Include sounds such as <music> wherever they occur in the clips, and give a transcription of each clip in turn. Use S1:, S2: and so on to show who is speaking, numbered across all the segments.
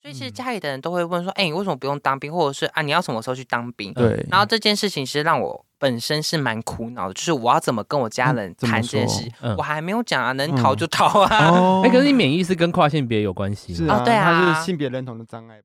S1: 所以其实
S2: 嗯
S1: 家里的人都会问说，哎、你为什么不用当兵，或者是啊，你要什么时候去当兵？
S2: 对，
S3: 嗯
S1: 然后这件事情其实让我本身是蛮苦恼的，就是我要怎么跟我
S2: 嗯
S1: 家人
S4: 怎么
S1: 谈这件事，
S4: 说嗯
S1: 我还没有讲啊，能逃就逃啊。
S4: 哦
S2: 哎，可是你免疫是跟跨性别有关系
S3: 是
S2: 吗，
S3: 啊，
S1: 哦对啊
S3: 他是性别认同的障碍。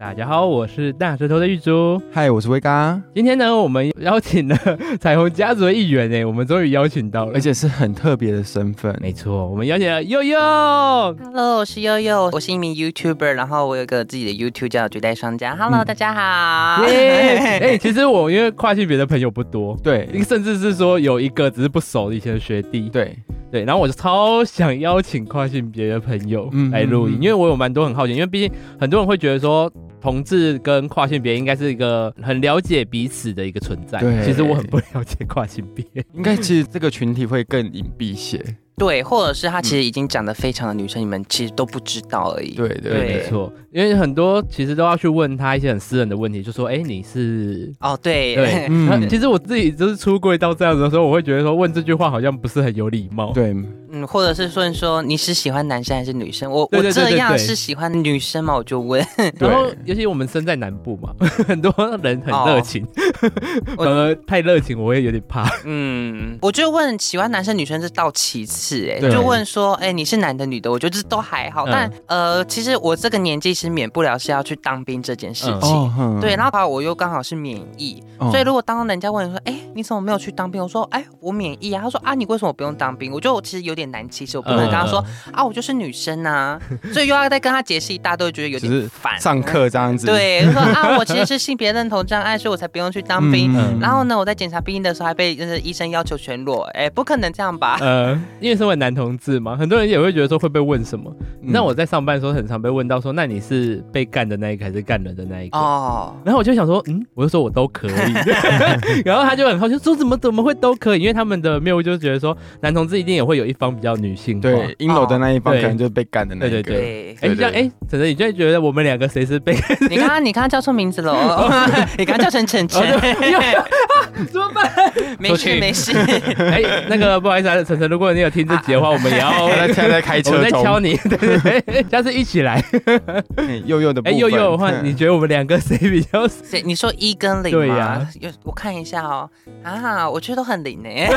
S2: 大家好，我是大舌头的玉珠。
S3: 嗨，我是威嘎，
S2: 今天呢，我们邀请 <laughs> 了彩虹家族的一员哎，我们终于邀请到了，
S3: 而且是很特别的身份。
S2: 没错，我们邀请了悠悠。
S1: Hello，我是悠悠，我是一名 YouTuber，然后我有一个自己的 YouTube 叫绝代商家。Hello，、大家好。
S2: 嗯耶！哎，其实我因为跨性别的朋友不多，
S3: 对
S2: 甚至是说有一个只是不熟的以前的学弟，
S3: 对，
S2: 对，然后我就超想邀请跨性别的朋友
S3: 嗯
S2: 来录影，
S3: 嗯嗯
S2: 因为我有蛮多很好奇，因为毕竟很多人会觉得说同志跟跨性别应该是一个很了解彼此的一个存在，
S3: 对
S2: 其实我很不了解跨性别，
S3: 应该其实这个群体会更隐蔽些。
S1: 对，或者是她
S2: 嗯
S1: 其实已经长得非常的女生，你们其实都不知道而已。
S3: 对对
S1: 对
S2: <laughs> 没错，因为很多其实都要去问他一些很私人的问题，就说哎、你是。
S1: 哦，对，
S2: 对，
S3: 嗯
S2: 那其实我自己就是出柜到这样子的时候，我会觉得说问这句话好像不是很有礼貌。
S3: 对，
S1: <laughs> 嗯，或者是说说你是喜欢男生还是女生？我
S2: 对对对
S1: 我这
S2: 对
S1: 样
S2: 对
S1: 是喜欢女生吗？我就问，
S2: 然后
S3: 对，
S2: 尤其我们身在南部嘛， <laughs> 很多人很热情，
S1: 哦我
S2: 反而太热情我会有点怕。
S1: 嗯，我就问喜欢男生女生是到其次、哎，
S3: 对
S1: 就问说，哎、你是男的女的？我觉得这都还好，
S2: 嗯
S1: 但呃，其实我这个年纪是免不了是要去当兵这件事
S2: 嗯
S1: 情。
S3: 哦，哼
S1: 对，然后我又刚好是免疫，
S3: 哦
S1: 所以如果当人家问你说，哎、你怎么没有去当兵？我说，哎、我免疫啊。他说啊，你为什么不用当兵？我就其实有点难其实我不能跟他说、
S3: 嗯
S1: 啊，我就是女生
S3: <laughs>
S1: 啊，所以又要再跟他解释一大堆，觉得有
S3: 只是
S1: 点烦。
S3: 上课这样子，
S1: 对，就说啊，我其
S3: <laughs>
S1: 实是性别认同障碍，所以我才不用去当
S3: 嗯，
S1: 兵。
S3: 嗯
S1: 然后呢，我在检查病因的时候还被就是医生要求全裸，哎，不可能这样吧？
S2: <laughs> 呃，因为身为男同志嘛，很多人也会觉得说会被问什么。
S3: 嗯
S2: 那我在上班的时候，很常被问到说，那你是被干的那一个还是干人的那一个？
S1: 哦，
S2: 然后我就想说，嗯，我就说我都可
S3: <laughs>
S2: 以，然后他就很好奇说怎么怎么会都可以？因为他们的谬误就是觉得说男同志一定也会有一方比较女性化。
S3: 对阴柔的那一方
S2: 对
S3: 可能就是被干的那一个，
S2: 对对
S1: 哦对，
S2: 哎，
S3: 对
S2: 你这样
S3: 对
S2: 哎，晨晨，你就会觉得我们两个谁
S3: <laughs>
S2: 是被
S1: 你刚刚你刚刚叫错名字了哦，
S2: <laughs>
S1: 你刚刚叫成晨晨，
S2: 怎么办？
S1: 没
S2: 哦出
S1: 事
S2: 去
S1: 没事，
S2: 哎，那个不好意思啊，晨晨，如果你有听这集的话，我们也要
S3: <laughs> 我
S1: 哦
S3: 在现在开
S2: <laughs> 我
S3: 车
S2: 们在
S3: 中，
S2: 敲你，对对对，下次一
S3: <laughs>
S2: 起来。
S3: 哎悠悠的部
S2: 哎，
S3: 分，
S2: 悠悠的话，你觉得我们两个谁比
S3: <laughs>
S2: 较
S1: 谁你说一跟零
S2: 对
S1: 吗
S2: 呀？
S1: 有我看一下哦，啊，我觉得都很零哎。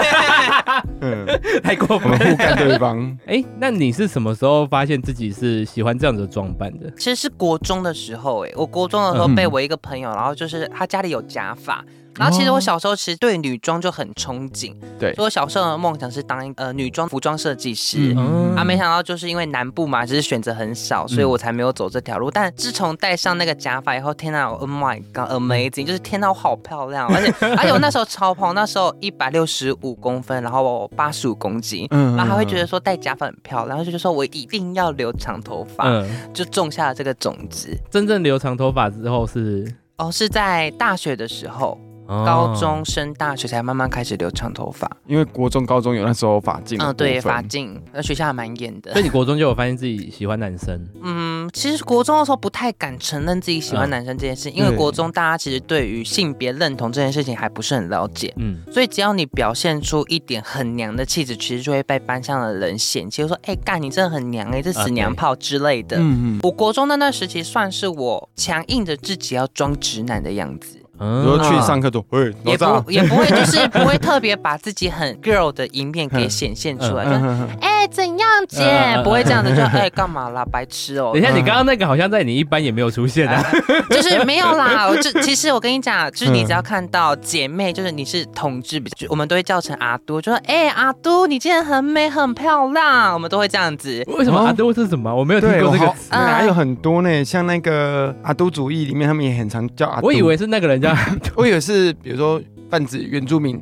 S3: 嗯，
S2: 太过
S3: 我
S2: 分
S3: 们？互干对
S1: <laughs>
S3: 方，
S2: 哎，那你是什么时候发现自己是喜欢这样子的装扮的？
S1: 其实是国中的时候、欸，哎，我国中的时候
S2: 嗯
S1: 被我一个朋友，然后就是他家里有假发，然后其实我小时候其实对女装就很憧憬，
S3: 对
S1: 所以我小时候的梦想是当一呃女装服装设计师。
S2: 嗯
S1: 啊，没想到就是因为南部嘛，只是选择很少，
S3: 嗯
S1: 所以我才没有走这条路。但自从戴上那个假发以后，天呐，Oh my
S3: 嗯
S1: God，amazing！就是天呐，我好漂亮，哦而且而且我那时候超胖，那时候一百六十五公分，然后我八十五公斤，
S3: 嗯
S1: 然后他会觉
S3: 得
S1: 得说戴假发很漂亮，然后就说我一定要留长头发。
S2: 嗯，
S1: 就种下了这个种子。
S2: 真正留长头发之后是
S1: 哦，是在大学的时候，
S2: 哦
S1: 高中升大学才慢慢开始留长头发。
S3: 因为国中、高中有那时候法镜的
S1: 嗯，对，
S3: 部分
S1: 发镜，那学校还蛮严
S2: 所
S1: 的。
S2: 以你国中就有发现自己喜欢男生，
S1: 嗯，其实国中的时候不太敢承认自己喜欢
S2: 嗯
S1: 男生这件事，因为
S3: 对
S1: 国中大家其实对于性别认同这件事情还不是很了解。
S2: 嗯，
S1: 所以只要你表现出一点很娘的气质，其实就会被班上的人嫌弃，就说：“哎、干你真的很娘哎、这
S2: 啊
S1: 死
S2: 对
S1: 娘炮之类的。
S3: 嗯嗯，
S1: 我国中的那时期，算是我强硬着自己要装直男的样子。
S3: 比
S2: 嗯
S3: 如说去
S1: 嗯
S3: 上课都，喂，
S1: 也
S3: 哪吒
S1: 不也不会，就是不会特别把自己很 girl 的一面给显现出来，就是
S3: 嗯
S1: 哎、怎样姐、
S2: 嗯嗯嗯
S1: 不会这样子就哎干、嘛啦白痴哦、
S3: <laughs>
S2: 等一下，你刚刚那个好像在你一般也没有出现啊，
S1: <laughs> 就是没有
S3: <laughs>
S1: 啦。我这其实我跟你讲，就是
S3: 嗯
S1: 你只要看到姐妹，就是你是同志，比我们都会叫成阿都，就说哎、阿都你今天很美很漂亮，我们都会这样子。
S2: 为什么
S3: 哦
S2: 阿都是什么？我没有听
S3: 对，
S2: 过
S3: 我
S2: 这个
S3: 好，
S2: 词，
S1: 嗯
S3: 哪有很多呢？像那个阿都主义里面，他们也很常叫阿都。
S2: 我以为是那个人叫，
S3: 我以为是比如说泛指原住民，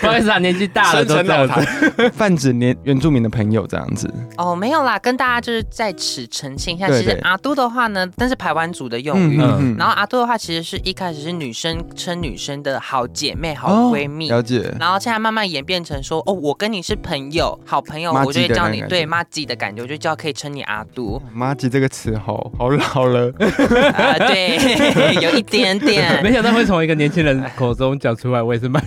S2: 不好意思啊，年纪大了
S3: 深
S2: 都
S3: 层
S2: 这
S3: 老
S2: 样
S3: 坛
S2: 子，，
S3: 泛指连原住民的朋友这样子。
S1: 哦，没有啦，跟大家就是在此澄清一下，
S3: 对
S1: 其实
S3: 对
S1: 阿都的话呢，但是排湾族的用语。
S2: 嗯
S1: 然后阿都的话，其实是一开始是女生称女生的好姐妹、好
S3: 哦
S1: 闺蜜，
S3: 了解，
S1: 然后现在慢慢演变成说，哦，我跟你是朋友，好朋友，
S3: 妈
S1: 我就
S3: 鸡
S1: 会
S3: 的
S1: 叫
S3: 那
S1: 你
S3: 个
S1: 对
S3: 感觉，
S1: 妈吉的感觉，我就叫可以称你阿杜
S3: 妈吉这个词好好老了，
S1: 呃
S3: <laughs>
S1: 啊、对，有一点点。
S2: 没想到会从一个年轻人口中讲出来，我也是蛮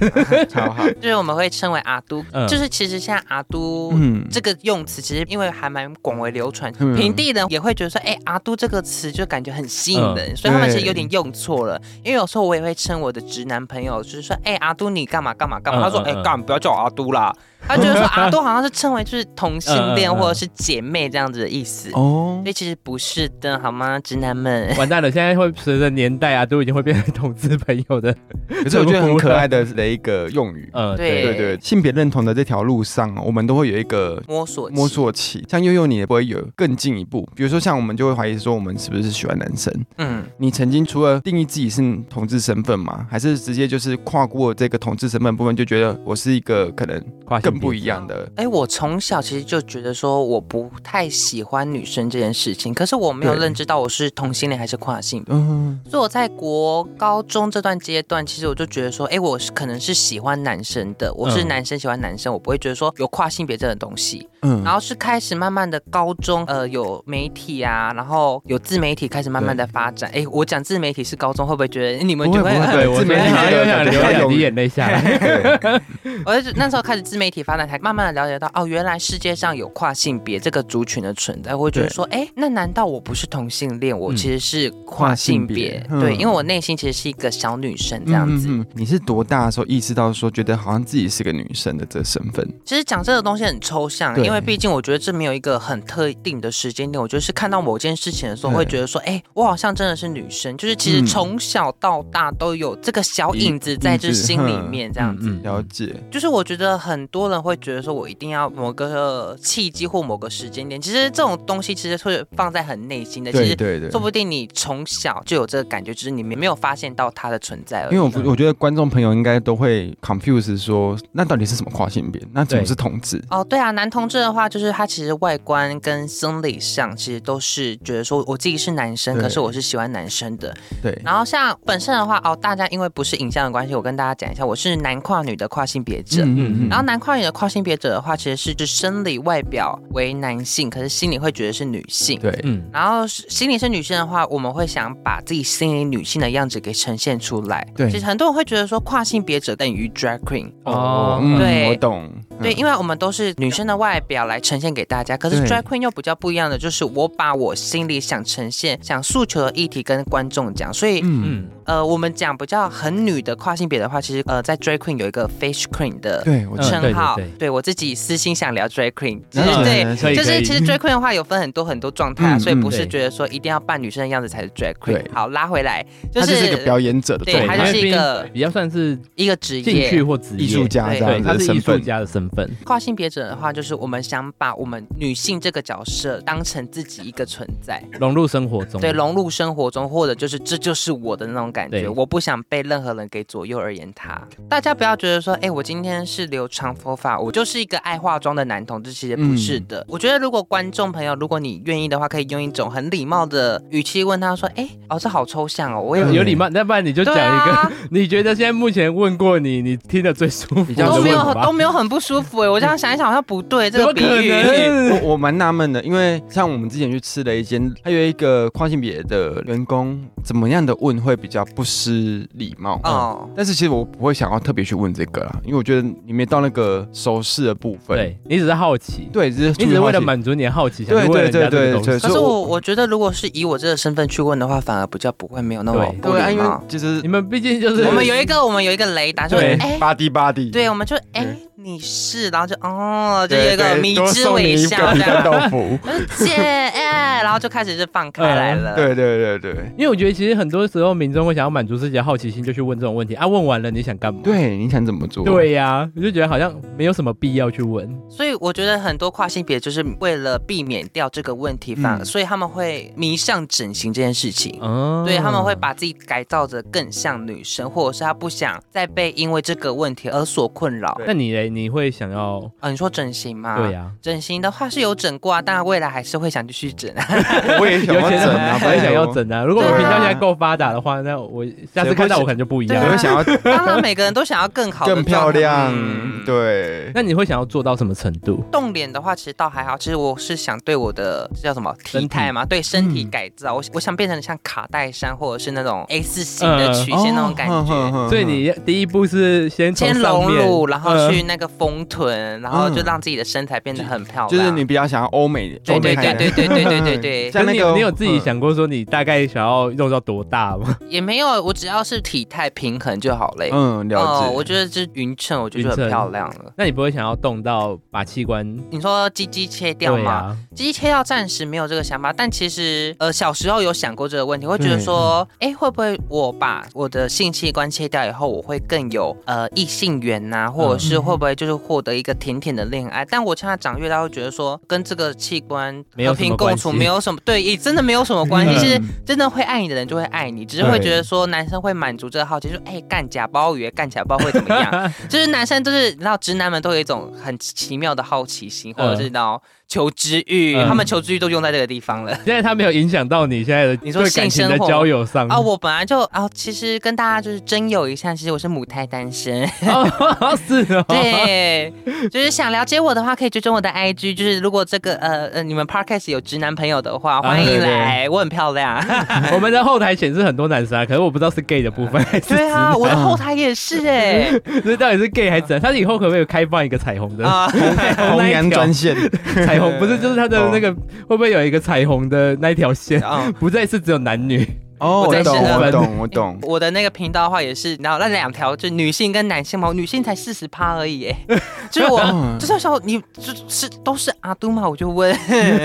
S3: 超好，
S1: 就是我们会称为阿都，
S2: 嗯
S1: 就是其实现在阿都
S3: 嗯，
S1: 这个用词，其实因为还蛮广为流传，
S3: 嗯
S1: 平地人也会觉得说，哎、阿都这个词就感觉很吸引人，
S2: 嗯
S1: 所以他们其实
S3: 对
S1: 有点用错了。因为有时候我也会称我的直男朋友，就是说，哎、阿都你干嘛干嘛干嘛？
S2: 嗯
S1: 他说，
S2: 嗯
S1: 哎、
S2: 嗯
S1: 干、不要叫我阿都啦。他觉
S2: <laughs>
S1: 得说阿都好像是称为就是同性恋
S2: 嗯嗯嗯
S1: 或者是姐妹这样子的意思，
S3: 哦
S1: 所，以其实不是的，好吗，直男们？
S2: 完蛋了。现在会随着年代啊，都已经会变成同志朋友的，
S3: 可是我觉得很可爱的的一个用语。
S2: 呃，
S1: 对
S3: 对对，性别认同的这条路上，我们都会有一个
S1: 摸索期
S3: 摸，索期，像悠悠你也不会有更进一步。比如说，像我们就会怀疑说，我们是不是喜欢男生？
S1: 嗯，
S3: 你曾经除了定义自己是同志身份吗？还是直接就是跨过这个同志身份部分，就觉得我是一个可能
S2: 跨性
S3: 更
S2: 别
S3: 不一样的？
S1: 哎、我从小其实就觉得说我不太喜欢女生这件事情，可是我没有
S3: 对
S1: 认知到我是同性恋还是跨性别。
S3: 嗯，
S1: 所以我在国高中这段阶段，其实我就觉得说，哎，我是可能是喜欢男生的，我是
S2: 嗯
S1: 男生喜欢男生，我不会觉得说有跨性别这种东西。
S3: 嗯
S1: <laughs> 然后是开始慢慢的高中，呃，有媒体啊，然后有自媒体开始慢慢的发展。哎，我讲自媒体是高中，会不会觉得哎你们
S3: 不
S1: 就
S3: 会
S1: 会？
S3: 不会
S2: 对，我
S3: 自
S2: 觉
S3: 媒
S2: 得
S3: 体
S2: 好像有想流两滴眼泪下
S3: <laughs>
S2: 来。
S1: <laughs> 我就那时候开始自媒体发展，才慢慢的了解到，哦，原来世界上有跨性别这个族群的存在。我会觉得
S3: 对
S1: 说，哎，那难道我不是同性恋？我
S2: 嗯
S1: 其实是跨性别。
S3: 跨性别
S1: 对，
S3: 嗯
S1: 因为我内心其实是一个小女生这样子。
S3: 嗯嗯嗯你是多大的时候意识到说，觉得好像自己是个女生的这个身份？
S1: 其实讲这个东西很抽象，
S3: 对
S1: 因为毕竟我觉得这没有一个很特定的时间点。我觉得是看到某件事情的时候，
S3: 对
S1: 会觉得说，哎、我好像真的是女生。就是其实
S3: 嗯
S1: 从小到大都有这个小影子在这心里面，这样子。
S2: 嗯
S3: 了解，
S1: 就是我觉得很多人会觉得说，我一定要某个契机或某个时间点。其实这种东西其实会放在很内心的，其
S3: 对
S1: 实
S3: 对对
S1: 说。不定你从小就有这个感觉，只是你没有发现到它的存在而已。
S3: 因为我不我觉得观众朋友应该都会 confuse 说，那到底是什么跨性别？那怎么
S2: 对
S3: 是同志？
S1: 哦，对啊，男同志的话，就是他其实外观跟生理上其实都是觉得说，我自己是男生，
S3: 对
S1: 可是我是喜欢男生的。
S3: 对，
S1: 然后像本身的话，哦，大家因为不是影像的关系，我跟大家讲一下，我是男跨女的跨性别者。
S2: 嗯
S1: 然后男跨女的跨性别者的话，其实是就生理外表为男性，可是心里会觉得是女性。
S3: 对，
S2: 嗯，
S1: 然后是心理是女性的话，我们会想把自己心里女性的样子给呈现出来。
S3: 对
S1: 其实很多人会觉得说跨性别者等于 drag queen，
S2: 哦
S3: 嗯
S1: 对
S3: 我懂，
S1: 对，
S3: 嗯
S1: 因为我们都是女生的外表来呈现给大家，可是
S3: 对
S1: drag queen 又比较不一样的，就是我把我心里想呈现、想诉求的议题跟观众讲，所以。
S3: 嗯，
S2: 嗯，
S1: 呃，我们讲比较很女的跨性别的话，其实呃，在 drag queen 有一个 face queen 的
S3: 对，我
S2: 嗯
S3: 知道
S1: 称号。
S2: 对对对
S1: 我自己私心想聊 drag queen，其实
S3: 嗯
S1: 对，
S2: 可以，
S1: 就是
S2: 可以
S1: 其实 drag queen 的话有分很多很多状态啊，
S3: 嗯
S1: 所以不是
S2: 对
S1: 觉得说一定要扮女生的样子才是 drag queen。
S3: 对
S1: 好，拉回来，就
S3: 他就是一个表演者的
S1: 对
S3: 状
S1: 他
S2: 因
S1: 就
S2: 为
S1: 是
S3: 态，
S1: 一
S2: 毕竟
S1: 个
S2: 比较算是
S1: 一个职
S2: 兴
S1: 业
S2: 趣或职业
S3: 艺术家
S1: 对
S3: 这
S2: 对，
S3: 样子
S2: 他
S3: 的
S2: 是艺
S3: 身
S2: 术
S3: 份。
S2: 家的身份，
S1: 跨性别者的话，就是我们想把我们女性这个角色当成自己一个存在，
S2: 融入生活中。
S1: 对，融入生活中，或者就是这就是我的那种感觉，
S2: 对
S1: 我不想被任何人给左右而言他。大家不要觉得说，哎、我今天是留长头发，我就是一个爱化妆的男同志，其实不是的。
S2: 嗯
S1: 我觉得如果观众朋友，如果你愿意的话，可以用一种很礼貌的语气问他说，哎、哦，这好抽象哦，我也
S2: <laughs> 有
S1: 不
S2: 有礼貌，那不然你就讲
S1: 对
S2: 一个，
S1: 啊，
S2: 你觉得现在目前问过你，你听得最舒服
S3: 比较
S2: 的
S1: 都没
S2: 问
S1: 有
S2: 法
S1: 都没有很不舒服哎，我这样想一想好像不
S2: <laughs>
S1: 对，这
S2: 怎
S1: 个
S2: 么
S1: 比
S2: 可
S1: 喻。
S2: 能？
S3: 我我蛮纳闷的，因为像我们之前去吃了一间，还有一个跨性别的员工，怎么样的问会比较不失礼貌？嗯
S1: <laughs> 哦，
S3: 但是其实我不会想要特别去问这个啦，因为我觉得你没到那个熟识的部分。
S2: 对你只是好奇，
S3: 对，只是
S2: 你
S3: 出
S2: 只
S3: 于
S2: 是
S3: 好
S2: 为了
S3: 奇
S2: 满足你的好奇，想
S3: 对
S2: 去问人
S3: 对
S2: 家这
S3: 对
S2: 个东
S3: 对
S2: 西。
S1: 可是
S3: 所以
S1: 我
S3: 我
S1: 我觉得，如果是以我这个身份去问的话，反而比较不会没有那么不
S2: 对
S3: 对啊，
S1: 礼
S3: 因为
S1: 貌。
S3: 就是
S2: 你们毕竟就是
S1: 我们有一个我们有一个雷达，说
S2: 对
S1: 哎，
S3: 巴迪巴迪，
S1: 对，我们就哎你是，然后就哦，就有一个迷之微笑这
S3: 皮蛋
S1: 样，
S3: 豆腐。
S1: 姐
S2: <laughs>
S1: 哎，然后就开始就放开来
S2: 嗯
S1: 了。
S3: 对对对对
S2: 因为我觉得其实很多时候民众会想要满足自己的好奇心，就去问这种问题啊。问完了你想干嘛？
S3: 对，你想怎么做？
S2: 对呀、我就觉得好像没有什么必要去问。
S1: 所以我觉得很多跨性别就是为了避免掉这个问题，反而
S3: 嗯
S1: 所以他们会迷上整形这件事情。
S2: 哦，
S1: 对，他们会把自己改造的更像女生，或者是他不想再被因为这个问题而所困扰。
S2: 那你嘞？你会想要？
S1: 啊，你说整形吗？
S2: 对啊呀、
S1: 整形的话是有整过啊，但未来还是会想继续整。
S3: <laughs> 我也想
S2: 有
S3: 要
S2: 钱
S3: 整
S2: 的 <laughs>
S3: 啊，
S2: 我也想要。整啊。如果我
S1: 对啊
S2: 频道现在够发达的话，那
S3: <laughs>
S2: 我下次看到我可能就不一
S1: 对
S2: 样
S1: 啊
S3: 我
S2: 了。
S1: <laughs>
S3: 会想要
S1: 当然，每个人都想要更好的
S3: 更漂
S1: 状态
S3: 亮
S1: 嗯，
S3: 对。
S2: 那你会想要做到什么程度？
S3: 嗯
S1: 动脸的话，其实倒还好。其实我是想对我的这叫什么
S2: 身
S1: 体
S2: 体
S1: 态嘛，对身体
S3: 嗯
S1: 改造。我我想变成像卡戴珊或者是那种 S 型的曲线那种感
S2: 嗯
S3: 哦
S1: 觉。
S3: 哼哼
S2: 所以你第一步是先从
S1: 先
S2: 上
S1: 隆
S2: 面
S1: 乳，然后
S2: 嗯
S1: 去那个丰臀，然后就
S3: 嗯
S1: 让自己的身材变得很漂亮。
S3: 就是你比较想要欧美，
S1: 对
S3: 欧
S1: 对
S3: 美
S1: 对
S3: 看
S1: 对
S3: 的，
S1: 对对对对对
S3: 像那
S2: 那你
S3: 个
S2: 你有自己
S3: 嗯
S2: 想过说你大概想要弄到多大吗？ <laughs>
S1: 对，也没有，我只要是体态平衡就好嘞。
S3: 嗯，了
S1: 哦，我
S3: 解。
S1: 觉得这匀称，我觉得就
S2: 匀称
S1: 很漂亮了。
S2: 那你不会想要动到把器官
S1: 你说鸡鸡切掉
S2: 对
S1: 吗？
S2: 啊？
S1: 机切到暂时没有这个想法，但其实呃小时候有想过这个问题，会觉得说，哎、会不会我把我的性器官切掉以后，我会更有呃异性缘呐、或者
S2: 嗯
S1: 是会不会就是获得一个甜甜的恋爱？但我现在长越大，会觉得说跟这个器官
S2: 没有
S1: 和
S2: 什么
S1: 平共处
S2: 关系
S1: 没有什么对，也真的没有什么关系。
S2: 嗯
S1: 其实真的会爱你的人就会爱你，只是会
S3: 对
S1: 觉得说男生会满足这个好奇，就哎干假包鱼，干假包会怎么样？ <laughs> 就是男生就是你知道，直男们都有一种很奇妙的好奇心，或者是到求知欲，
S2: 嗯
S1: 他们求知欲都用在这个地方了。
S2: 现在它没有影响到你现在的
S1: 你说
S2: 对
S1: 性
S2: 感情
S1: 生
S2: 的
S1: 活
S2: 交友上
S1: 啊，我本来就啊，其实跟大家就是征友一下，其实我是母胎单身，
S2: <laughs> 哦是哦，
S1: 对，啊就是想了解我的话，可以追踪我的 IG，就是如果这个呃呃你们 Podcast 有直男朋友的话，欢
S3: 对
S1: 迎
S3: 对
S1: 来，我很漂亮，啊
S2: 我们的后台显示很多男生啊，可是我不知道是 gay 的部分还是
S1: 对啊，我的后台也是哎
S2: 这到底是 gay 还是怎样？他以后可不可以开放一个彩虹的 <laughs>
S1: 啊，
S2: 红
S3: 红
S2: 那一
S3: 娘
S2: 条
S3: 专
S2: <laughs>
S3: 线，
S2: 彩虹？不是，就是他的那个会不会有一个彩虹的那一条线？
S1: 嗯
S2: 不再是只有男女，
S3: 哦，
S1: 我在
S3: 我懂，
S1: 想
S3: 我懂，
S1: <laughs>
S3: 我懂。
S1: 我的那个频道的话也是，然后那两条就女性跟男性嘛，女性才四十趴而已，哎，就是
S3: <laughs>
S1: 我
S3: 嗯
S1: 就是时候你就是都是阿都嘛，我就问，
S2: <laughs>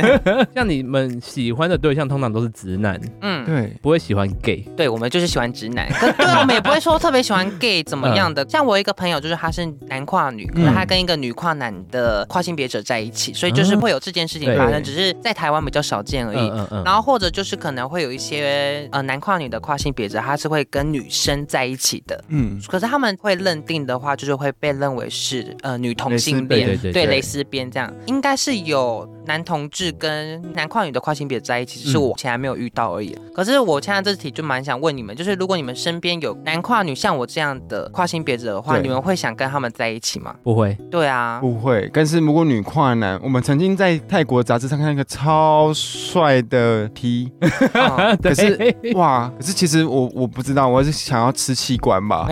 S2: 像你们喜欢的对象通常都是直男，
S1: 嗯，
S3: 对，
S2: 不会喜欢 gay。
S1: 对，我们就是喜欢直男，可对啊我们也不会说特别喜
S2: <laughs>
S1: 欢
S2: 嗯
S1: gay 怎么样的。像我一个朋友，就是他是男跨女，可是
S2: 嗯
S1: 他跟一个女跨男的跨性别者在一起，所以就是会有这件事情发生，
S3: 对
S1: 只是在台湾比较少见而已。
S2: 嗯嗯嗯。
S1: 然后或者就是可能会有一些呃男跨女的跨性别者，他是会跟女生在一起的，
S3: 嗯，
S1: 可是他们会认定的话，就是会被认为是呃女同性
S3: 蕾
S1: 恋，
S3: 丝边
S2: 对对对
S1: 蕾丝边这样，应该是有男同志跟男跨女的跨性别在一起，只是
S2: 嗯
S1: 我现在没有遇到而已。可是我现在这题就蛮想问你们，就是如果你们身边有男跨女像我这样的跨性别者的话，
S3: 对
S1: 你们会想跟他们在一起吗？
S2: 不会，
S1: 对
S2: <laughs>
S1: 啊，
S3: 不会。但是如果女跨男，我们曾经在泰国杂志上看到一个超帅的
S2: <laughs>
S3: T，
S1: 嗯
S2: 可 <laughs>
S3: 是哇！可是其实我我不知道，我是想要吃器官吧，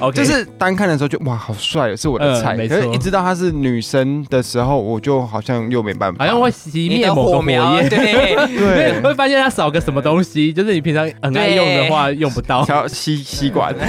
S2: OK，
S3: 就是单看的时候就哇好帅，是我的菜
S2: 嗯。没错
S3: 可是一知道她是女生的时候，我就好像又没办法，
S2: 好像会熄
S1: 哦你
S2: 灭
S1: 的
S2: 某个
S1: 火
S2: 火
S1: 苗啊
S2: 焰， <laughs>
S1: 对。
S3: 对
S2: 会发现它少个什么东西，就是你平常很爱用的话用不
S3: <laughs>
S2: 到。
S3: 挑
S2: <laughs>
S3: 吸吸管，
S2: 哎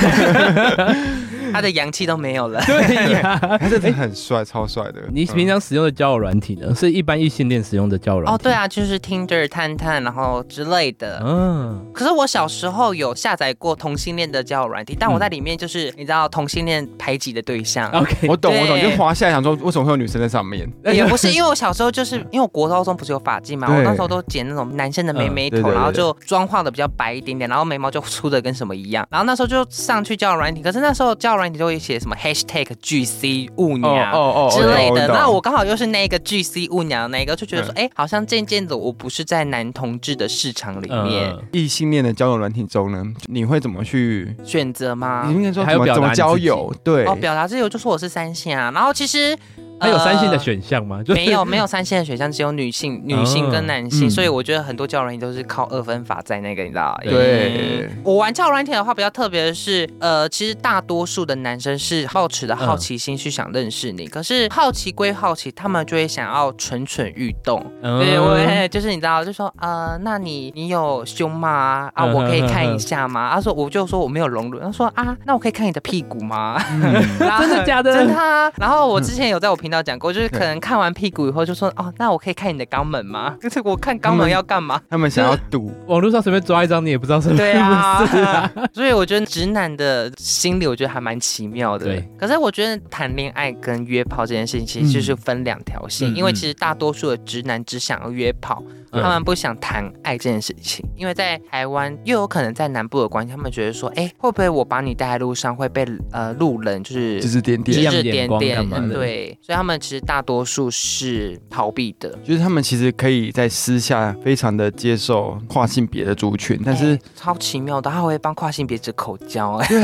S1: 他的阳气都没有
S2: <laughs>
S1: 了。
S2: 对呀，
S3: 他真的很帅，超帅的。
S2: <laughs>
S3: 嗯
S2: 你平常使用的交友软体呢，是一般异性恋使用的交友软
S1: 哦，
S2: 体。
S1: 对啊，就是 Tinder、探探，然后之类的。
S2: 嗯，
S1: 可是我小时候有下载过同性恋的交友软体，但我在里面就是、你知道同性恋排挤的对象。
S2: OK，
S3: 我懂，我懂，
S1: 对
S3: 就滑下来想说，为什么会有女生在上面？
S1: 也不是，因为我小时候就是 <laughs> 因为我国高中不是有发髻嘛，
S3: 对
S1: 我那时候都剪那种男生的妹妹头，
S3: 嗯对对对
S1: 然后就妆化的比较白一点点，然后眉毛就粗的跟什么一样。然后那时候就上去交友软体，可是那时候交友软体都会写什么 hashtag GC 舞娘。
S3: 哦
S1: 之类的，
S3: 懂
S1: 那我刚好又是那个 GC 舞娘那一个，就觉得说，
S3: 嗯
S1: 哎、好像渐渐的我不是在男同志的市场里面、
S2: 嗯，
S3: 异性恋的交友软体中呢，你会怎么去？
S1: 选择吗？
S3: 你应该说
S2: 啊还
S3: 怎
S2: 有
S3: 么
S2: 表达
S3: 怎么
S2: 你
S3: 交
S2: 自己
S3: 友？对，
S1: 哦，表达自由就说我是三线啊，然后其实
S2: 它有三性的、
S1: 呃
S2: 选项吗？就是哦
S1: 没有没有三线的选项，只有女性女性跟男性，
S3: 嗯
S1: 所以我觉得很多交友软体都是靠二分法在那个，你知道？
S3: 对
S1: 嗯我玩交友软体的话，比较特别的是，呃，其实大多数的男生是抱持
S2: 嗯
S1: 的好奇心去想认识你，可是好奇归好奇，他们就会想要蠢蠢欲动。
S2: 嗯
S1: 对，我也就是你知道，就说呃，那你你有胸吗？啊，
S2: 嗯
S1: 我可以
S2: 哼哼
S1: 看一
S2: 哼
S1: 下吗？他说我就说我没有隆乳，他说啊，那我可以看你的屁股吗？ <laughs>
S3: 嗯
S1: 真
S2: 真的假的
S1: 真 <laughs> 的啊！然后我之前有在我频道讲过，就是可能看完屁股以后就说，哦，那我可以看你的肛门
S2: 嗯
S1: 吗？就是我看肛门要干嘛？
S3: 他们想要赌，
S2: 网络上随便抓一张，你也不知道是不是
S1: 对啊，
S2: 是啊
S1: <laughs> 所以我觉得直男的心理，我觉得还蛮奇妙的。
S2: 对，
S1: 可是我觉得谈恋爱跟约炮这件事情，其实就是分两条线，
S2: 嗯
S1: 因为其实大多数的直男只想要约炮，
S2: 嗯
S1: 他们不想谈爱这件事情，因为在台湾又有可能在南部的关系，他们觉得说，哎，会不会我把你带在路上会被呃路人就是
S3: 指指点
S2: 异
S3: 点
S2: 样，
S1: 指
S2: 眼
S1: 点
S2: 光干
S1: 点嗯
S2: 嘛的，
S1: 对，所以他们其实大多数是逃避的。
S3: 就是他们其实可以在私下非常的接受跨性别的族群，但是
S1: 哎超奇妙的，他会帮跨性别者口交、哎，
S3: 对，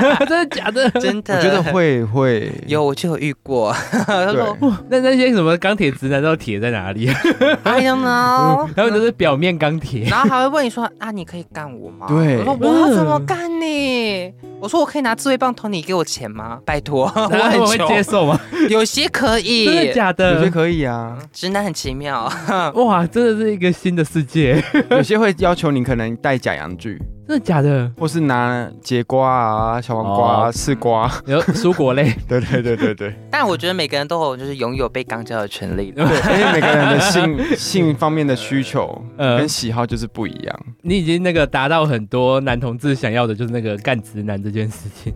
S2: 真的假的？
S1: <laughs> 真的，
S3: <laughs> 我觉得会会
S1: 有，我就有遇过。 <laughs> 他
S3: 对
S1: 说
S2: 那那些什么钢铁直男到底铁在
S1: <laughs>
S2: 哪里？
S1: I don't
S2: <laughs>
S1: know，
S2: 他们都是表面钢铁，
S1: 然后还会问你说：“啊，你可以干我吗？”
S3: 对
S1: 我说：“我要怎么干你？”我说：“我可以拿自慰棒捅你，给我钱吗？拜托， <laughs> 我
S2: 他们
S1: 很
S2: 会接
S1: 穷。<laughs>
S2: 受吗？
S1: 有些可
S2: 真的
S1: 以，
S2: 假
S3: <laughs> 有些
S2: 的？
S3: 可以啊，
S1: 直男很奇妙。
S2: 哇，真的是一个新的世界，
S1: 嗯
S3: 有些会要求你可能戴假洋具，
S2: 真的假的？
S3: 或是拿节瓜啊、小黄瓜、啊、
S2: 哦
S3: 丝瓜，
S2: 有蔬
S1: <laughs>
S2: 果类，
S3: <laughs> 对对对对对，
S1: 但我觉得每个人都有就是拥有被肛交的权利的。
S3: 对，因为每个人的性性方面的需求
S2: <laughs> 呃
S1: 嗯
S3: 跟，喜好就是不一样。
S2: 你已经那个达到很多男同志想要的，就是那个干直男这件事情。。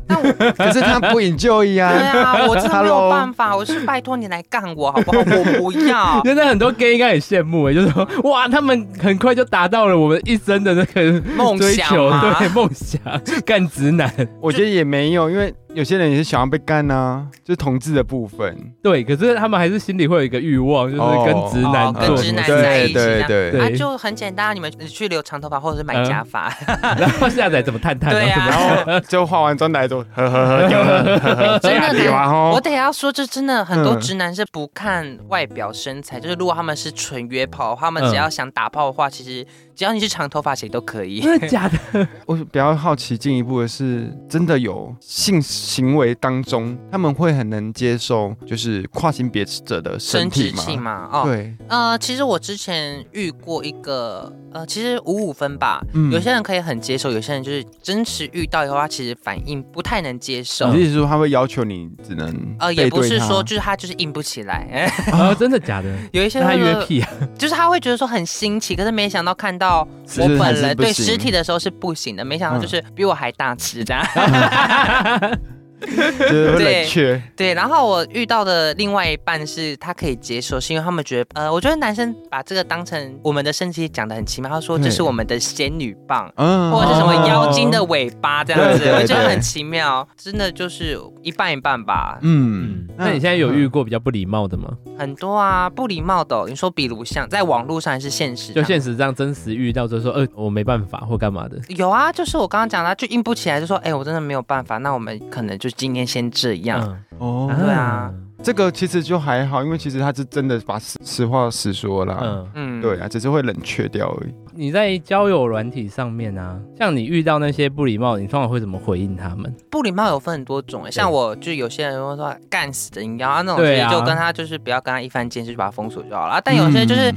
S3: 可是他不 enjoy
S1: <laughs> 对
S3: 啊，
S1: 啊，我真的没
S3: Hello
S1: 有办法，我是拜托你来干我好不好？我不要
S2: 现在很多 gay 应该很羡慕哎，就是说哇，他们很快就达到了我们一生的那个
S1: 梦
S2: 追
S1: 想啊
S2: 求，
S1: 吗
S2: 对梦想， <laughs> 干直男，
S3: 我觉得也没有，因为有些人也是想要被干啊，就是同志的部分，
S2: 对。可是他们还是心里会有一个欲望，就是跟直男
S1: 哦跟
S2: 做什么
S1: 直男
S2: 事
S1: 在一
S3: 对
S1: 起这
S3: 对
S1: 样
S3: 嗯对，
S1: 啊，
S2: 对
S1: 就很简单，你们去留长头发或者是买
S2: 嗯
S1: 假发，
S2: 然后下载怎么探探，
S1: 对
S2: 然后
S1: 啊
S2: 怎么
S3: 然后就化完妆
S1: <laughs>
S3: 来就呵呵呵有了，呵
S2: <laughs>
S3: 呵
S1: 真的
S3: 假 <laughs> 的哇
S1: 我
S3: 吼，
S1: 得要说，这真的很多
S3: 哦嗯
S1: 直男是不看外表身材，就是如果他们是纯约炮的话，他们
S2: 嗯
S1: 只要想打炮的话，其实只要你是长头发，谁都可
S2: <laughs>
S1: 以。
S2: 真的假的？
S3: 我比较好奇进一步的是，真的有性行为当中，他们会很能接受就是跨性别者的身
S1: 生殖
S3: 体
S1: 器
S3: 吗？
S1: 嘛，哦，
S3: 对，
S1: 呃，其实我之前遇过一个，呃，其实五五分吧，
S3: 嗯
S1: 有些人可以很接受，有些人就是真实遇到以后，他其实反应不太能接受，
S3: 你的意思是说他会要求你只能
S1: 呃，也
S3: 背
S1: 不
S3: 对
S1: 是
S3: 他
S1: 说就是他就是硬不起来，哎
S2: 哦，真的假的？
S1: 有一些
S2: 那他
S1: 人
S2: 约屁啊？
S1: 就是他会觉得说很新奇，可是没想到看到
S3: 是
S1: 我
S3: 还
S1: 本
S3: 是
S1: 人
S3: 不
S1: 对
S3: 行嗯
S1: 实体的时候是不行的，没想到就是比我还大只
S3: <laughs>
S1: 这样。 <laughs>
S3: 就是会冷
S1: 对
S3: 却，
S1: 对，然后我遇到的另外一半是他可以接受，是因为他们觉得，呃，我觉得男生把这个当成我们的身体讲的很奇妙，他说这
S3: 对
S1: 是我们的仙女棒。
S3: 嗯
S1: 或者是什么
S2: 哦
S1: 妖精的尾巴这样子，
S3: 对对
S1: 我觉得
S3: 对
S1: 很奇妙，真的就是一半一半吧，
S3: 嗯
S2: 嗯，，那你现在有
S3: 嗯
S2: 遇过比较不礼貌的吗？
S1: 很多啊，不礼貌的哦、你说比如像在网络上还是现实
S2: 就
S1: 上，
S2: 现实上真实遇到，就说呃我没办法或干嘛的，
S1: 有啊，就是我刚刚讲的啊，就硬不起来，就说，哎、我真的没有办法，那我们可能就今天先这样。
S2: 嗯
S3: 哦
S1: 对啊，
S3: 这个其实就还好，因为其实他是真的把实实话实说啦。
S2: 嗯，
S1: 嗯
S3: 对，啊，只是会冷却掉而已。
S2: 你在交友软体上面啊，像你遇到那些不礼貌，你通常会怎么回应他们？
S1: 不礼貌有分很多种欸，像我就有些人会说干死的你要啊那种，
S2: 对
S1: 其
S2: 啊
S1: 实就跟他就是不要跟他一番见识，就把他封锁就好了。啊但有些就是
S3: 嗯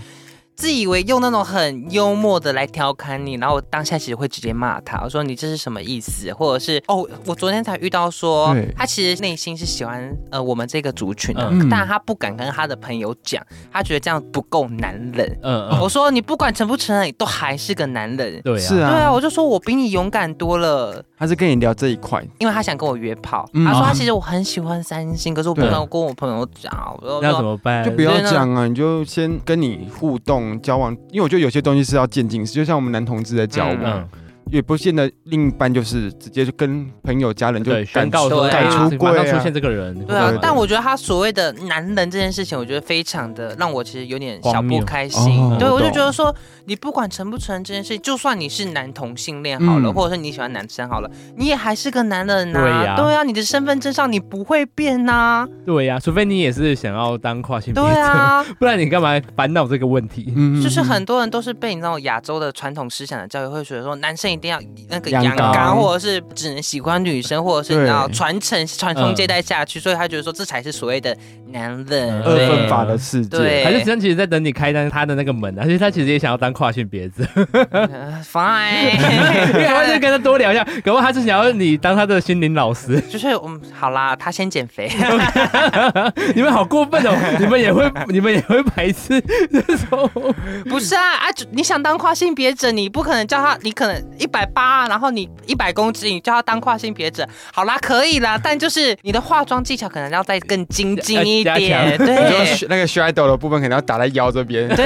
S1: 自以为用那种很幽默的来调侃你，然后我当下其实会直接骂他，我说你这是什么意思，或者是哦，我昨天才遇到说
S3: 对
S1: 他其实内心是喜欢呃我们这个族群的，
S3: 嗯
S1: 但他不敢跟他的朋友讲，他觉得这样不够男人。
S2: 嗯嗯，
S1: 我说你不管承不承认，你都还是个男人。
S2: 对啊，
S3: 是
S1: 对啊，
S3: 啊，
S1: 我就说我比你勇敢多了。
S3: 他是跟你聊这一块，
S1: 因为他想跟我约炮，
S3: 嗯
S1: 他
S2: 啊
S1: 说他其实我很喜欢三星，可是我不
S3: 对
S1: 能跟我朋友讲，我就
S2: 哎那怎
S1: 说
S2: 么办？
S3: 就不
S1: 所
S3: 要
S1: 以呢
S3: 讲啊，你就先跟你互动交往，因为我觉得有些东西是要渐进式，就像我们男同志在交往，
S1: 嗯
S2: 嗯，
S3: 也不见得另一半就是直接就跟朋友、家人就
S2: 对，宣
S3: 干
S2: 告说
S1: 对
S2: 哎
S1: 改
S3: 出
S2: 马上
S3: 柜啊
S2: 出现这个人，
S1: 对啊
S3: 对对。
S1: 但我觉得他所谓的男人这件事情，我觉得非常的让我其实有点小
S2: 荒
S1: 不
S2: 谬
S1: 开心
S3: 哦。
S1: 对，
S3: 我
S1: 我就
S3: 懂
S1: 觉得说，你不管承不承认这件事情，就算你是男同性恋好了，
S3: 嗯
S1: 或者是你喜欢男生好了，你也还是个男人
S2: 对
S1: 呐
S2: 呀。
S1: 对啊，你的身份证上你不会变呐。
S2: 对呀、除非你也是想要当跨性别
S1: 对
S2: 者， <laughs>
S1: 啊，
S2: 不然你干嘛烦恼这个问题？
S3: 嗯
S1: 就是很多人都是被你知道亚洲的传统思想的教育，会觉得说男生一定要那个
S3: 阳
S1: 阳
S3: 刚
S1: 刚，或者是只能喜欢女生，或者是你知道
S3: 对
S1: 传承传宗接代下去，所以他觉得说这才是所谓的男人。
S2: 嗯
S3: 二
S1: 对
S3: 分法的世界
S1: 对，
S2: 还是真其实在等你开单他的那个门啊？其实他其实也想要当跨性别
S1: <laughs>
S2: 者，
S1: 呃
S3: <laughs>
S2: 因为他就
S1: ，fine，
S2: 跟他多聊一下，搞不好他是想要你当他的心灵老师。
S1: <laughs> 就是我们好啦，他先减
S3: <laughs>
S1: 肥，
S2: 你们好过分哦！你们也会，你们也会排斥这种。
S1: 不是啊啊！就你想当跨性别者，你不可能叫他，你可能一百八，然后你一百公斤，你就要当跨性别者，好啦，可以啦，但就是你的化妆技巧可能要再更精进一
S2: 加
S1: 点，
S3: <laughs> 你说
S1: 对。
S3: 虚那个 shadow 的部分可能要打在腰这 <laughs> 边，
S2: 啊
S1: 对，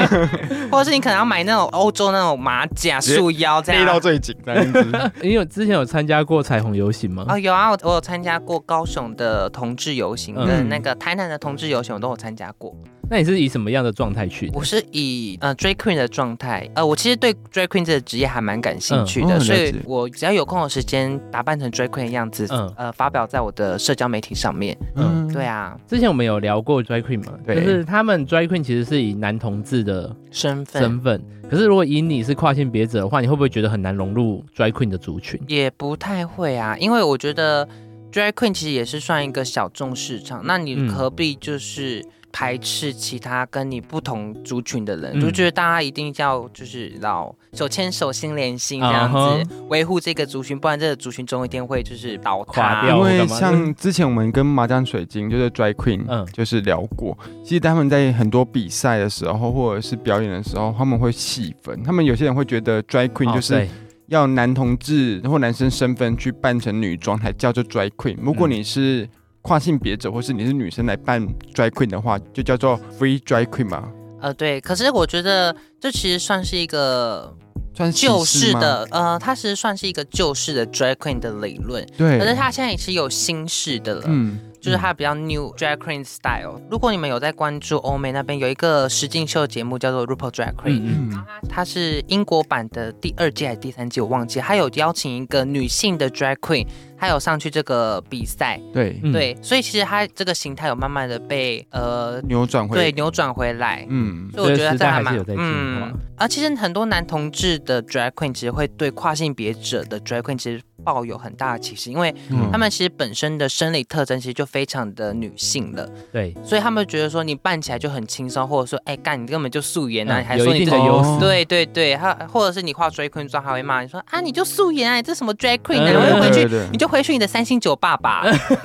S1: <laughs> 或者是你可能要买那种欧洲那种马甲束腰这
S3: 勒
S1: 样
S3: 到。最紧这样子。
S2: 你有之前有参加过彩虹游行吗？
S1: 哦，有啊，我我有参加过高雄的同志游行，
S2: 嗯
S1: 跟那个台南的同志游行，我都有参加过。
S2: 那你是以什么样的状态去的？
S1: 我是以呃 drag queen 的状态，呃，我其实对 drag queen 这个职业还蛮感兴趣的，
S3: 嗯哦
S1: 所以
S3: 了解
S1: 我只要有空的时间，打扮成 drag queen 的样子，
S2: 嗯
S1: 呃，发表在我的社交媒体上面。
S2: <laughs> 嗯
S3: 嗯，
S1: 对啊，
S2: 之前我们有聊过 drag queen 嘛，就
S3: 对
S2: 是他们 drag queen 其实是以男同志的
S1: 身份
S2: 身份，可是如果以你是跨性别者的话，你会不会觉得很难融入 drag queen 的族群？
S1: 也不太会啊，因为我觉得 drag queen 其实也是算一个小众市场，那
S2: 嗯
S1: 你何必就是排斥其他跟你不同族群的人？
S2: 嗯
S1: 就觉得大家一定要就是老手牵手心连心这样
S2: 啊哈
S1: 子维护这个族群，不然这个族群总有一天会就是倒
S2: 垮
S1: 塌
S2: 掉
S3: 因
S2: 或
S3: 为
S2: 干嘛
S3: 像之前我们跟麻将水晶就是 Dry Queen，
S2: 嗯
S3: 就是聊过，其实他们在很多比赛的时候或者是表演的时候，他们会细分，他们有些人会觉得 Dry Queen 就
S2: 哦
S3: 是
S2: 对
S3: 要男同志或男生身份去扮成女装才叫做 Dry Queen，如果
S2: 嗯
S3: 你是跨性别者或是你是女生来扮 Dry Queen 的话，就叫做 Free Dry Queen 嘛，
S1: 呃，对，可是我觉得这其实算是一个
S3: 算是
S1: 旧
S3: 歧视
S1: 式
S3: 吗，
S1: 的，呃，它其实算是一个旧式的 drag queen 的理论，
S3: 对，
S1: 可是它现在也是有新式的了。
S3: 嗯。
S1: 就是它比较 new drag queen style。如果你们有在关注欧美那边有一个实境秀节目叫做 RuPaul Drag Race，、
S2: 嗯
S3: 嗯
S1: 它是英国版的第二季还是第三季，我忘记。它有邀请一个女性的 drag queen，她有上去这个比赛，
S3: 对，
S2: 嗯，
S1: 对，所以其实它这个形态有慢慢的被呃
S3: 扭转回
S1: 对扭转回来。
S3: 嗯，
S1: 所以我觉
S2: 这个
S1: 得
S2: 时
S1: 这
S2: 代还
S1: 还
S2: 是
S1: 蛮
S2: 有在进化
S1: 啊，其实很多男同志的 drag queen 其实会对跨性别者的 drag queen 其实抱有很大的歧视，因为
S2: 嗯
S1: 他们其实本身的生理特征其实就非常的女性了。
S2: 对，
S1: 所以他们觉得说你扮起来就很轻松，或者说，哎、干你根本就素颜啊，
S2: 嗯
S1: 你还
S2: 有
S1: 说
S2: 一
S1: 你
S2: 定
S1: 这
S2: 的
S1: 个。
S2: 优
S3: 哦
S2: 势，
S1: 对对对，他或者是你化 drag queen 妆，还会骂你说啊，你就素颜啊，你这什么 drag queen 啊，
S2: 嗯
S1: 你就回去，
S3: 去
S1: 你就回去你的三星酒吧
S2: <laughs>
S1: 吧，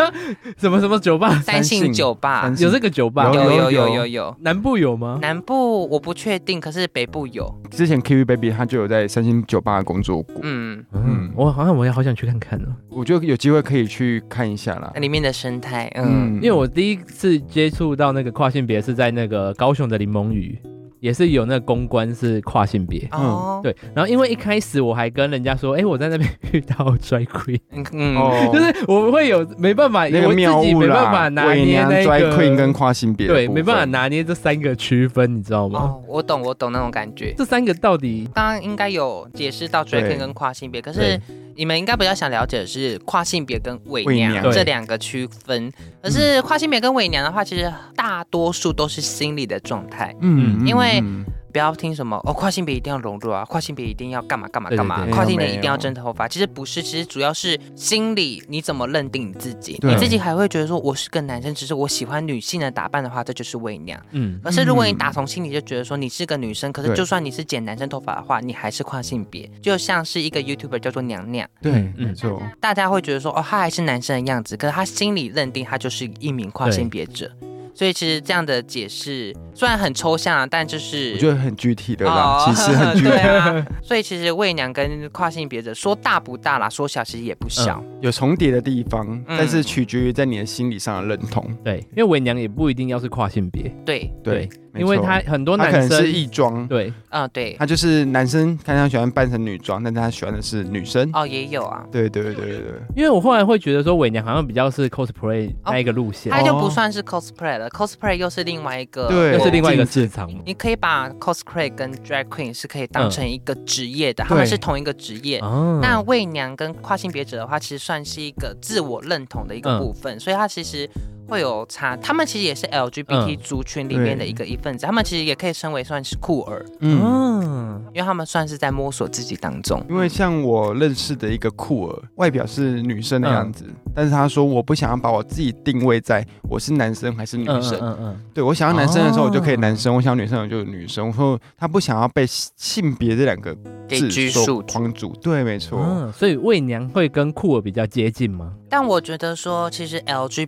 S2: <laughs> 什么什么
S3: <laughs>
S2: 酒吧
S1: 三星酒吧
S3: 三星
S2: 有这个酒吧
S3: 有？
S1: 有有有
S3: 有
S1: 有有，
S2: 南部有吗？
S1: 南部我不确定，可是北部有，
S3: 之前 Kiwi Baby 他就有在三星酒吧工作过，
S1: 嗯，
S2: 嗯
S3: 嗯，
S2: 我好像我也好想去看看哦，
S3: 我觉得有机会可以去看一下啦
S1: 那。里面的生态，嗯，
S2: 因为我第一次接触到那个跨性别是在那个高雄的柠檬鱼，也是有那个公关是跨性别。
S1: 哦，
S2: 嗯对，然后因为一开始我还跟人家说，哎、我在那边遇到 drag queen，
S1: 嗯嗯，
S3: 哦
S2: <laughs> 就是我会有没办法，
S3: 那个
S2: 我
S3: 妙
S2: 自己
S3: 物
S2: 没办
S3: 啦
S2: 法，拿
S3: 伪
S2: 捏
S3: 娘
S2: 那
S3: Dry
S2: 个
S3: Queen 跟跨性别的
S2: 对，
S3: 部
S2: 没
S3: 分
S2: 办法拿捏这三个区分，你知道吗？
S1: 哦，我懂我懂那种感觉。
S2: 这三个到底
S1: 刚刚应该有解释到 drag
S3: 对
S1: queen 跟跨性别，可
S2: 对
S1: 是你们应该比较想了解的是跨性别跟伪
S3: 伪
S1: 娘
S3: 娘
S2: 对
S1: 这两个区分。可是跨性别跟伪娘的话，其实大多数都是心理的状态。
S3: 嗯，嗯，
S1: 因为
S3: 嗯
S1: 不要听什么哦，跨性别一定要融入啊，跨性别一定要干嘛干嘛
S2: 对对
S1: 干嘛
S2: 对，
S1: 跨性别
S3: 没有
S1: 一定要真头发。其实不是，其实主要是心理，你怎么认定你自己？
S3: 对
S1: 你自己还会觉得说我是个男生，只是我喜欢女性的打扮的话，这就是伪娘。
S2: 嗯，
S1: 可是如果你
S3: 嗯
S1: 打从心里就觉得说你是个女生，可是
S3: 对
S1: 就算你是剪男生头发的话，你还是跨性别，就像是一个 YouTuber 叫做娘娘，
S3: 对，
S2: 嗯
S3: 没错，
S1: 大家会觉得说哦，她还是男生的样子，可是她心里认定她就是一名跨性别者，所以其实这样的解释虽然很抽象啊，但就是哦
S3: 我觉得很具体的啦，其实
S2: <laughs>
S3: 很具
S1: <laughs> 对
S3: 体， <laughs>
S1: 啊，所以其实媚娘跟跨性别者说大不大啦，说小其实也不小，
S3: 有重叠的地方，但是
S1: 嗯
S3: 取决于在你的心理上的认同。
S2: 对，因为伪娘也不一定要是跨性别，
S3: 嗯
S1: 对，
S3: 对，没
S2: 因为
S3: 错
S2: 他很多
S3: 他
S2: 男
S3: 可能
S2: 生
S3: 是异装，
S2: 对，
S1: 嗯、对，
S3: 他就是男生，看他喜欢扮成女装，但他喜欢的是女生。
S1: 哦也有啊，
S3: 对对对对对，
S2: 因为我后来会觉得说伪娘好像比较是 cosplay 那一个路线，
S1: 它就
S3: 哦
S1: 不算是 cosplay 了，cosplay 又是另外一个，
S3: 对
S2: 又是另外一个
S3: 境
S2: 市
S3: 界
S2: 场嘛。
S1: 你可以把 cosplay 跟 drag queen 是可以当成一个职业
S3: 嗯
S1: 的，他们是同一个职业。
S2: 哦
S1: 那媚娘跟跨性别者的话，其实算是一个自我认同的一个部
S3: 嗯
S1: 分，所以它其实会有差。他们其实也是 LGBT
S2: 嗯
S1: 族群里面的一个一份子，他们其实也可以称为算是酷儿，
S3: 嗯。
S2: 嗯，
S1: 因为他们算是在摸索自己当中。
S3: 因为像我认识的一个酷儿，外表是女生的样子，
S2: 嗯
S3: 但是他说我不想要把我自己定位在我是男生还是女生，
S2: 嗯嗯
S3: 对我想要男生的时候
S2: 哦
S3: 我就可以男生，我想要女生我就女生，我说他不想要被性别这两个
S1: 给
S3: 字
S1: 拘
S3: 所
S1: 束住
S3: 框住，对，没错，
S2: 嗯，所以伪娘会跟酷儿比较接近吗？
S1: 但我觉得说，其实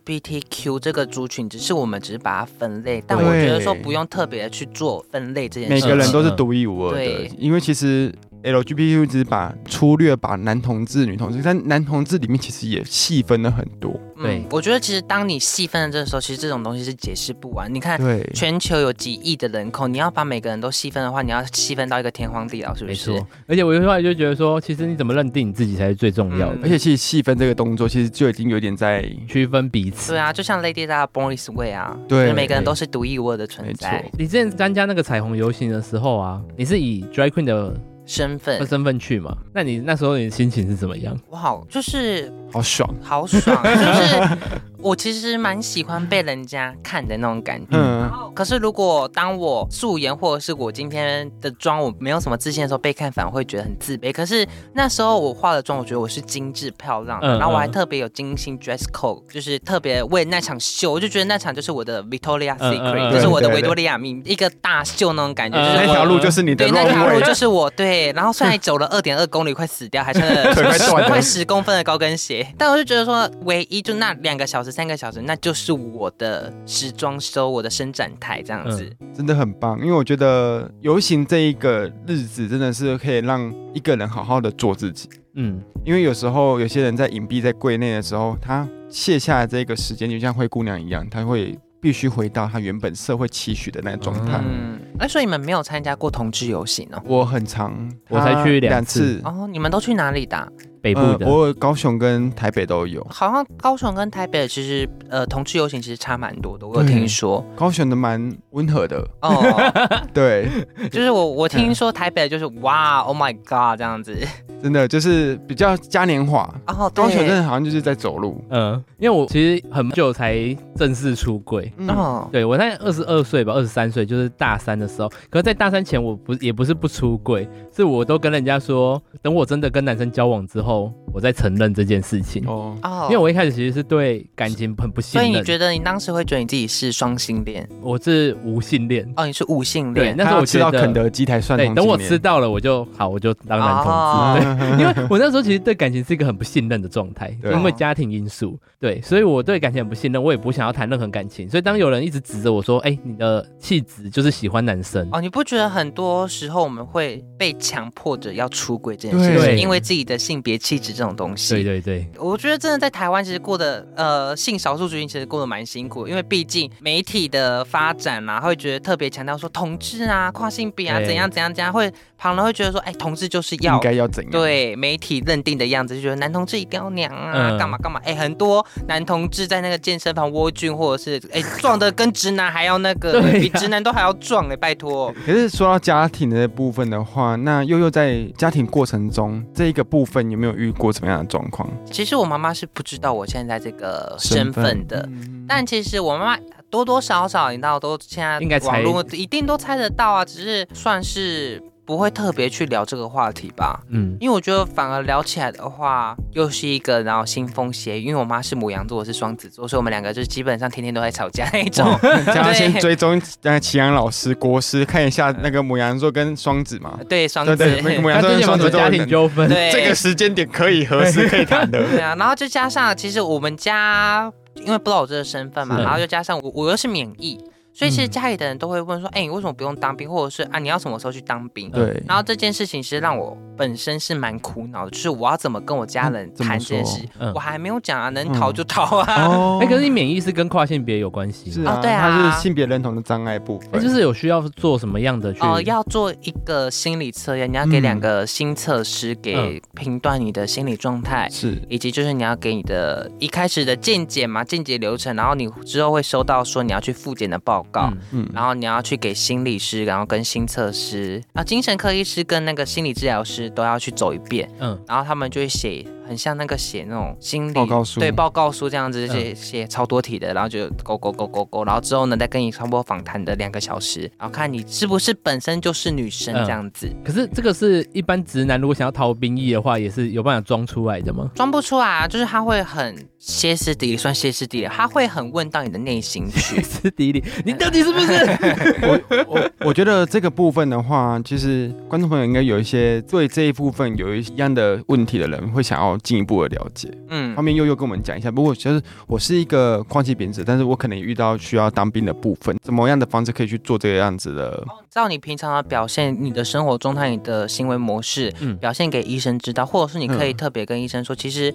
S1: LGBTQ 这个族群，只是我们只是把它分类，但我
S3: 对
S1: 觉得说不用特别去做分类这件
S3: 每
S1: 事情。
S3: 嗯个人都是独一无二
S1: 对
S3: 的，因为其实 LGBT 只是把粗略把男同志、女同志，但男同志里面其实也细分了很多。
S2: 对
S1: 嗯，我觉得其实当你细分的这时候，其实这种东西是解释不完。你看，
S3: 对，
S1: 全球有几亿的人口，你要把每个人都细分的话，你要细分到一个天荒地老，是不
S2: 没
S1: 是？
S2: 错。而且我有时候就觉得说，其实你怎么认定你自己才是最重要的，
S3: 而且其实细分这个动作，其实就已经有点在
S2: 区分彼此
S1: 对。啊，就像 Lady Gaga Born This Way 啊，
S3: 对
S1: 就是每个人都是独一无二的
S3: 没
S1: 存
S3: 错，
S1: 在，
S2: 你之前参加那个彩虹游行的时候啊，你是以 drag queen 的
S1: 身份。
S2: 身份去嘛？那你那时候你的心情是怎么样？
S1: 我好，哦就是
S3: 好爽。
S1: 好爽，啊就是
S3: <laughs>
S1: 我其实蛮喜欢被人家看的那种感觉。
S3: 嗯，
S1: 可是，如果当我素颜或者是我今天的妆我没有什么自信的时候，被看反而会觉得很自卑。可是那时候我化了妆，我觉得我是精致漂亮的
S2: 嗯
S1: 然后我还
S2: 嗯
S1: 特别有精心 dress code，就是特别为那场秀，我就觉得那场就是我的 Victoria
S2: 嗯嗯
S1: Secret，、
S2: 嗯
S1: 就是我的
S3: 对
S1: 维
S3: 对
S1: 多利亚秘密一个大秀那种感觉，
S2: 嗯
S1: 就是
S3: 那
S1: 我。
S3: 条路就是你的
S1: 对，
S3: runway，
S1: 那条路就是我对，然后虽然走了二点二公里，快死掉，还穿
S3: <laughs> 腿快断
S1: 了
S3: 了
S1: 快十公分的高跟鞋，但我就觉得说，唯一就那两个小时、三个小时，那就是我的时装周，我的伸展台这样子。
S3: 真的很棒，因为我觉得游行这一个日子真的是可以让一个人好好的做自己，
S2: 嗯，
S3: 因为有时候有些人在隐蔽在柜内的时候，他卸下这个时间，就像灰姑娘一样，他会必须回到他原本社会期许的那个状态。
S2: 嗯
S1: 嗯，哎、所以你们没有参加过同志游行哦？
S3: 我很长，
S2: 我才去
S3: 他
S2: 两
S3: 两
S2: 次啊
S1: 哦，你们都去哪里打？
S2: 北部
S3: 呃
S2: 的，
S3: 我高雄跟台北都有。
S1: 好像高雄跟台北其实呃同志游行其实差蛮多的，我有
S3: 对
S1: 听说
S3: 高雄的蛮温和的， <laughs>
S1: 哦，
S2: 啊
S3: 对，
S1: 就是我
S3: 嗯
S1: 我听说台北就是哇，Oh my God 这样子，
S3: 真的就是比较嘉年华。
S1: 哦，对
S3: 高雄真的好像就是在走路，
S2: 嗯，因为我其实很久才正式出柜。
S3: 嗯，
S1: 哦，
S2: 对我在二十二岁吧，二十三岁就是大三的时候。可是，在大三前，我不也不是不出柜，是我都跟人家说，等我真的跟男生交往之后，我再承认这件事情。
S3: 哦，
S1: 哦，
S2: 因为我一开始其实是对感情很不信
S1: 所以
S2: 任，
S1: 你觉得你当时会觉得你自己是双性恋？
S2: 我是无性恋。
S1: 哦，你是无性
S2: 对，
S1: 恋？
S2: 那时候我
S3: 他要吃
S2: 觉
S3: 到
S2: 得
S3: 肯德基才算
S2: 对，
S3: 同
S2: 等我
S3: 性
S2: 吃
S3: 恋啊
S2: 到了，我就好，我就当男同志。
S1: 哦
S2: 对，因为我那时候其实对感情是一个很不信任的状态，
S3: 对
S2: 因为家庭因素，对，所以我对感情很不信任，我也不想要谈任何感情。所以当有人一直指着我说：“哎、你的气质就是喜欢男生。
S1: 哦，你不觉得很多时候我们会被强迫着要出轨这件事
S2: 对
S1: 情，因为自己的性别气质这种东西？
S2: 对对对，
S1: 我觉得真的在台湾其实过得呃性少数族群其实过得蛮辛苦，因为毕竟媒体的发展啊，会觉得特别强调说同志啊、跨性别啊
S2: 对
S1: 怎样怎样怎样，会旁人会觉得说，哎，同志就是
S3: 应
S1: 要。
S3: 该要
S2: 嗯
S3: 怎样？，
S1: 对媒体认定的样子，就觉得男同志一定要娘啊，
S2: 嗯
S1: 干嘛干嘛？哎，很多男同志在那个健身房窝俊，或者是哎壮的跟直男还要那个，
S2: <laughs> 对呀
S1: 比直男都还要壮哎，拜托。
S3: 可是说到家庭的部分的话，那悠悠在家庭过程中这一个部分有没有遇过怎么样的状况？
S1: 其实我妈妈是不知道我现在这个身份的，
S3: 嗯
S1: 但其实我妈妈多多少少，你知道，都现在
S2: 应该
S1: 网
S2: 猜
S1: 络一定都猜得到啊，只是算是不会特别去聊这个话题吧。
S2: 嗯，
S1: 因为我觉得反而聊起来的话，又是一个然后腥风血雨。因为我妈是母羊座，我是双子座，所以我们两个就是基本上天天都在吵架那一种。
S3: 想要嗯先
S1: 对
S3: 追踪呃祁阳老师、国师，看一下那个母羊座跟双子嘛。
S1: 对，嗯双
S3: 对
S1: 子。
S3: 对，母母
S2: 他
S3: 羊座跟
S2: 之前有
S3: 双
S2: 什么
S3: 子都
S2: 家
S3: 有
S2: 庭
S3: 能
S2: 纠纷？
S1: 对
S3: 这个时间点可以合适可以谈
S2: <laughs>
S3: 的。
S1: 对啊，然后就加上，其实我们家因为不知道我这个身份嘛，
S2: 是
S1: 然后又加上我我又是免疫，所以其实
S2: 嗯
S1: 家里的人都会问说，哎、你为什么不用当兵，或者是啊你要什么时候去当兵？
S3: 对，
S1: 然后这件事情其实让我本身是蛮苦恼的，就是我要怎么跟我家人
S3: 嗯怎么
S1: 谈这件事，
S2: 嗯
S1: 我还没有讲啊，能
S3: 嗯
S1: 逃就逃啊。
S3: 哦
S2: 哎、可是你免疫是跟跨性别有关系
S3: 是
S2: 吗？
S3: 啊，
S1: 哦对啊
S3: 他是性别认同的障碍部
S2: 哎
S3: 分，
S2: 就是有需要做什么样的去？
S1: 哦、要做一个心理测验，你要给
S3: 嗯
S1: 两个心测师给
S2: 嗯
S1: 评断你的心理状态，
S3: 是
S1: 以及就是你要给你的一开始的健检嘛，健检流程，然后你之后会收到说你要去复检的报告。
S2: 嗯
S3: 嗯，
S1: 然后你要去给心理师，然后跟心测师啊，精神科医师跟那个心理治疗师都要去走一遍，
S2: 嗯，
S1: 然后他们就会写很像那个写那种心理
S3: 报告书
S1: 对报告书这样子
S2: 嗯
S1: 写写超多题的，然后就勾勾勾勾勾，然后之后呢再跟你差不多访谈的两个小时，然后看你是不是本身就是女生
S2: 嗯
S1: 这样子，
S2: 可是这个是一般直男如果想要逃兵役的话，也是有办法装出来的吗？。
S1: 装不出来啊，就是他会很歇斯底里，算歇斯底里，他会很问到你的内心
S3: <laughs>
S1: 去
S2: 斯迪里，你到底是不是？
S3: 我我觉得这个部分的话，其实观众朋友应该有一些对这一部分有一样的问题的人，会想要要进一步的了解。
S1: 嗯
S3: 后，面又又跟我们讲一下，不过其实我是一个矿气贬值，但是我可能也遇到需要当兵的部分，怎么样的方式可以去做这个样子的？
S1: 照你平常的表现，你的生活状态、你的行为模式，
S2: 嗯
S1: 表现给医生知道，或者是你可以
S3: 嗯
S1: 特别跟医生说，其实。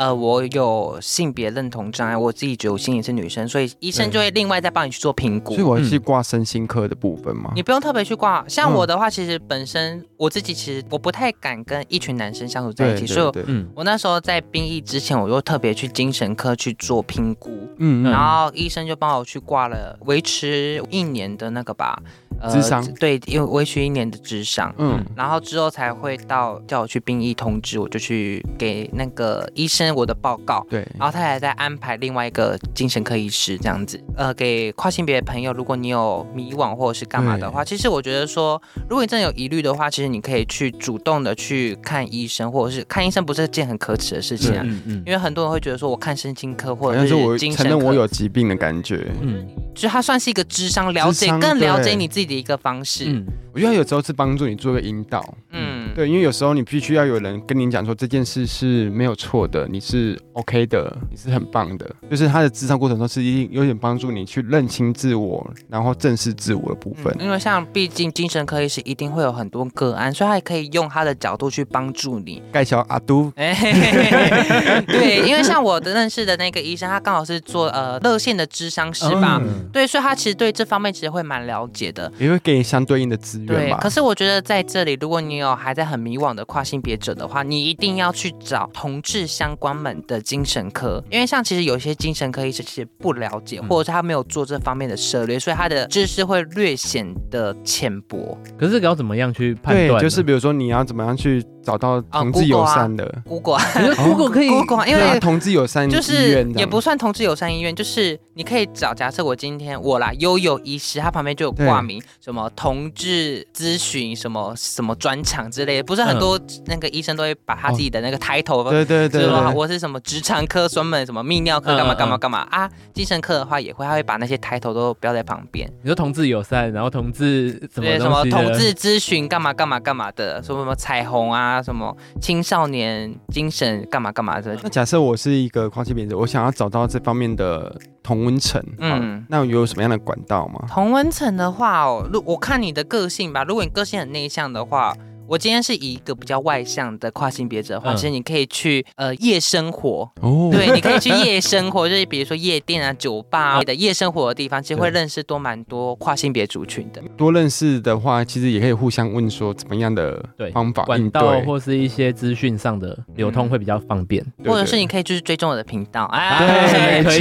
S1: 呃，我有性别认同障碍，我自己觉得我心里是女生，所以医生
S3: 对
S1: 就会另外再帮你去做评估
S3: 所以。我要去嗯挂身心科的部分吗？
S1: 嗯你不用特别去挂。像我
S3: 嗯
S1: 的话，其实本身我自己其实我不太敢跟一群男生相处在
S3: 对
S1: 一起，所以
S3: 对
S1: 我
S3: 对，
S2: 嗯
S1: 我那时候在兵役之前，我又特别去精神科去做评估，
S3: 嗯
S1: 然
S3: 嗯，
S1: 后医生就帮我去挂了，维持一年的那个吧，呃
S3: 智商
S1: 对，因为维持一年的智商。
S3: 嗯，
S1: 然后之后才会到叫我去兵役通知，我就去给那个医生我的报告，
S3: 对，
S1: 然后他还在安排另外一个精神科医师这样子。呃，给跨性别的朋友，如果你有迷惘或者是干嘛的话，其实我觉得说，如果你真的有疑虑的话，其实你可以去主动的去看医生，或者是看医生不是件很可耻的事情啊。
S2: 嗯嗯
S1: 因为很多人会觉得说，我看身心科
S3: 好
S1: 或者
S3: 像是我
S1: 是精神
S3: 承
S1: 科，
S3: 认我有疾病的感觉。
S2: 嗯
S1: 就它算是一个智商了解
S3: 智商
S1: 更了解
S3: 对
S1: 你自己的一个方式。
S2: 嗯
S3: 我觉得有时候是帮助你做个引导，
S1: 嗯，
S3: 对，因为有时候你必须要有人跟你讲说这件事是没有错的，你是 OK 的，你是很棒的，就是他的智商过程中是一定有点帮助你去认清自我，然后正视自我的部分
S1: 嗯。因为像毕竟精神科医师一定会有很多个案，所以他也可以用他的角度去帮助你。 <laughs>
S3: 盖小阿都，
S1: 哎、嘿嘿嘿对，因为像我的认识的那个医生，他刚好是做呃热线的智商师吧。
S3: 嗯
S1: 对，所以他其实对这方面其实会蛮了解的。
S3: 也会给你相对应的资源
S1: 对，
S3: 吧
S1: 可。是我觉得在这里，如果你有还在很迷惘的跨性别者的话，你一定要去找同志相关门的精神科，因为像其实有些精神科医师其实不了解，
S3: 嗯
S1: 或者是他没有做这方面的涉猎，所以他的知识会略显的浅薄。
S2: 可是这个要怎么样去判
S3: 对
S2: 断，呢？
S3: 就是比如说你要怎么样去找到同志友善的，
S1: Google 啊
S2: 你说哦 Google 可
S1: <laughs>
S2: 以
S1: Google，啊因
S3: 对啊
S1: 为
S3: 同志友善
S1: 就
S3: 医
S1: 是
S3: 院这
S1: 也
S3: 样
S1: 不算同志友善医院，就是你可以找，假设我今天我啦悠悠医师，他旁边就有挂名什么同志咨询什么什么专场之类的，不是很多那个医生都会把他自己的那个 title
S3: 嗯哦对对对
S1: 是吧？
S3: 对，嗯
S1: 我是什么直肠科专门什么泌尿科干嘛干嘛干嘛啊？精神科的话也会，他会把那些抬头都标在旁边，
S2: 你说同志友善，然后同志什么
S1: 对什么
S2: 东西的
S1: 同志咨询干嘛干嘛干嘛的，什么什么彩虹啊，什么青少年精神干嘛干嘛的，
S3: 那假设我是一个跨性别者，我想要找到这方面的同温层，
S1: 嗯
S3: 嗯，那有什么样的管道吗？
S1: 同温层的话哦，如我看你的个性吧，如果你个性很内向的话。我今天是以一个比较外向的跨性别者的话，
S2: 嗯
S1: 其实你可以去呃夜生活，
S3: 哦
S1: 对，你可以去夜生活， <laughs> 就是比如说夜店啊、酒吧啊
S2: 嗯
S1: 你的夜生活的地方，其实
S3: 对
S1: 会认识多蛮多跨性别族群的。
S3: 多认识的话，其实也可以互相问说怎么样的
S2: 对
S3: 方法
S2: 管
S3: 哦应
S2: 道
S3: 对，嗯
S2: 或是一些资讯上的流通会比较方便。
S3: 对
S1: 或者是
S3: 对
S1: 你可以就是追踪我的频道，
S2: 哎
S1: 哎，
S3: 对，
S2: 可
S3: 没
S2: 以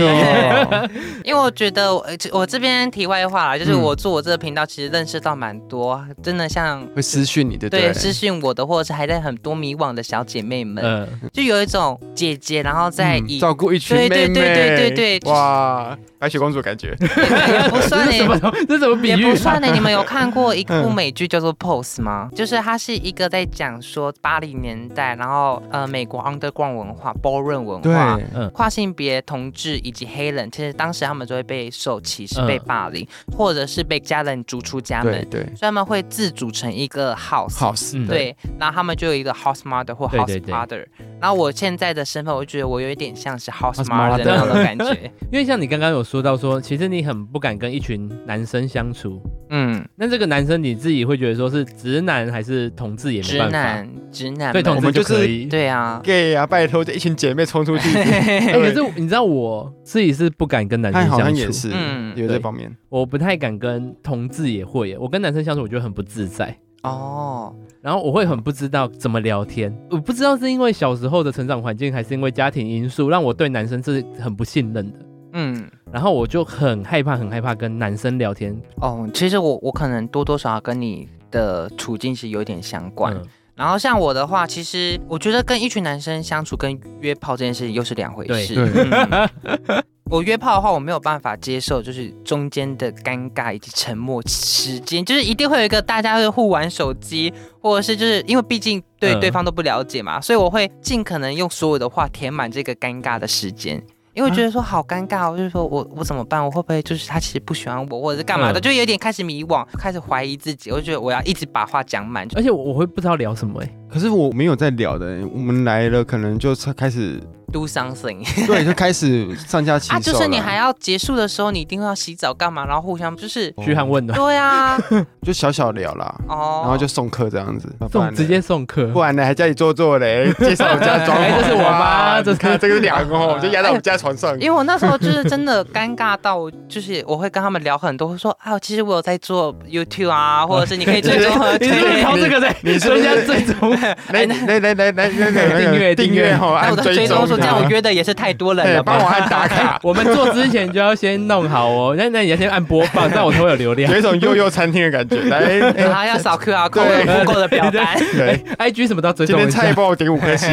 S3: 错，
S1: <laughs> 因为我觉得我我这边题外话啦，就是
S3: 嗯
S1: 我做我这个频道，其实认识到蛮多，真的像。
S3: 会私讯你，对不
S1: 对，
S3: 对？
S1: 私讯我的，或者是还在很多迷惘的小姐妹们，
S2: 嗯，
S1: 就有一种姐姐，然后在
S3: 嗯
S1: 以、
S3: 照顾一群
S1: 对
S3: 妹
S1: 对
S3: 妹，
S1: 对对对对就是
S3: 哇，白雪公主感觉，
S1: 也不算
S2: <laughs> 这是什么
S1: 呢，
S2: 东？这是什么比
S1: 也
S2: 喻啊
S1: 不？算欸呢。你们有看过一部
S3: 嗯
S1: 美剧叫做《Pose》吗？就是它是一个在讲说八零年代，然后呃美国 underground 文化、ballroom 文
S3: 对，
S1: 化，
S2: 嗯
S1: 跨性别、同志以及黑人，其实当时他们就会被受歧视、
S2: 嗯
S1: 被霸凌，或者是被家人逐出家门，所
S3: 对对
S1: 以他们会自组成一个 house。
S3: ，house，
S2: 嗯
S1: 对，然后他们就有一个 house mother 或
S2: 对
S1: house
S2: 对对
S1: father。然后我现在的身份，我就觉得我有一点像是 house
S3: House
S1: mother 那样的感觉。
S2: 因为像你刚刚有说到说，其实你很不敢跟一群男生相处。
S1: 嗯，
S2: 那这个男生你自己会觉得说是直男还是同志也没
S1: 直
S2: 办法，
S1: 男，直男
S2: 对
S1: 们，
S2: 同
S3: 我们
S2: 志
S3: 就
S2: 可以。
S1: 对啊，
S3: gay 啊，拜托，这一群姐妹冲出去，
S1: 嗯
S2: 哎、可是你知道我自己是不敢跟男
S3: <laughs> 他
S2: 生
S3: 好像
S2: 相
S3: 也
S2: 处，
S3: 是
S1: <laughs> 嗯
S3: 有这
S2: 对
S3: 方面，
S2: 我不太敢跟同志也会耶。我跟男生相处，我觉得很不自在。
S1: 哦，
S2: 然后我会很不知道怎么聊天，我不知道是因为小时候的成长环境，还是因为家庭因素，让我对男生是很不信任的。
S1: 嗯。
S2: 然后我就很害怕，很害怕跟男生聊天。
S1: 哦，其实我我可能多多少少跟你的处境是有点相关，
S2: 嗯
S1: 然后像我的话，其实我觉得跟一群男生相处跟约炮这件事情又是两回事。
S3: 对
S1: 嗯
S2: <laughs>
S1: 我约炮的话，我没有办法接受，就是中间的尴尬以及沉默时间，就是一定会有一个大家会互玩手机，或者是就是因为毕竟对
S2: 嗯
S1: 对方都不了解嘛，所以我会尽可能用所有的话填满这个尴尬的时间。因为我觉得说好尴尬、哦，我就是说我我怎么办？我会不会就是他其实不喜欢我，或者是干嘛的？
S2: 嗯
S1: 就有点开始迷惘，开始怀疑自己。我就觉得我要一直把话讲满，
S2: 而且我我会不知道聊什么哎、
S3: 可是我没有在聊的、我们来了，可能就是开 <laughs> 始，
S1: do something
S3: 对，就开始上下其手
S1: 啊，
S3: 了。
S1: 就是你还要结束的时候，你一定要洗澡干嘛，然后互相就是
S3: 哦
S2: 嘘寒问暖，
S1: 对啊，
S3: 就小小聊啦，
S1: 哦，
S3: 然后就送客这样子，不然
S2: 送
S3: 呢
S2: 直接送客
S3: 不。然呢还家里坐
S1: <laughs>
S3: 坐嘞，介绍我家装潢，啊
S2: 哎这是我妈这是
S3: <laughs> 看这个是两个哦，就压在我们家床上。
S1: 哎因为我那时候就是真的尴尬到，我就是我会跟他们聊很多，会说啊，其实我有在做 YouTube 啊，或者
S2: <laughs>
S1: 是你可以追踪和
S2: 你是不是
S1: 推
S2: 靠这个在？
S3: 你是不
S2: 人
S3: 是
S2: 家最终
S1: <laughs>
S3: 来来来来来来来，
S2: 订阅
S3: 订
S2: 订阅。
S3: 阅吼，
S1: 哎那
S3: 按
S1: 我的追踪
S3: 踪
S1: 说这样我约的也是太多人
S3: 对
S1: 了
S3: 帮我
S1: 吧？
S3: 按打卡 <laughs>
S2: 我们做之前就要先弄好哦。那那你要先按播
S1: <laughs>
S2: 放，这样我才会有流量
S3: 有。一种幼幼餐厅的感觉，来，
S1: 然
S3: 哎
S1: 后要扫 QR
S3: 对
S1: code 有 Google 的表单。
S3: <laughs> 对，
S2: IG 什么都要追
S3: 哎今
S2: 踪
S3: 天
S2: 一
S3: 菜
S2: 下。
S3: 帮我点五颗星，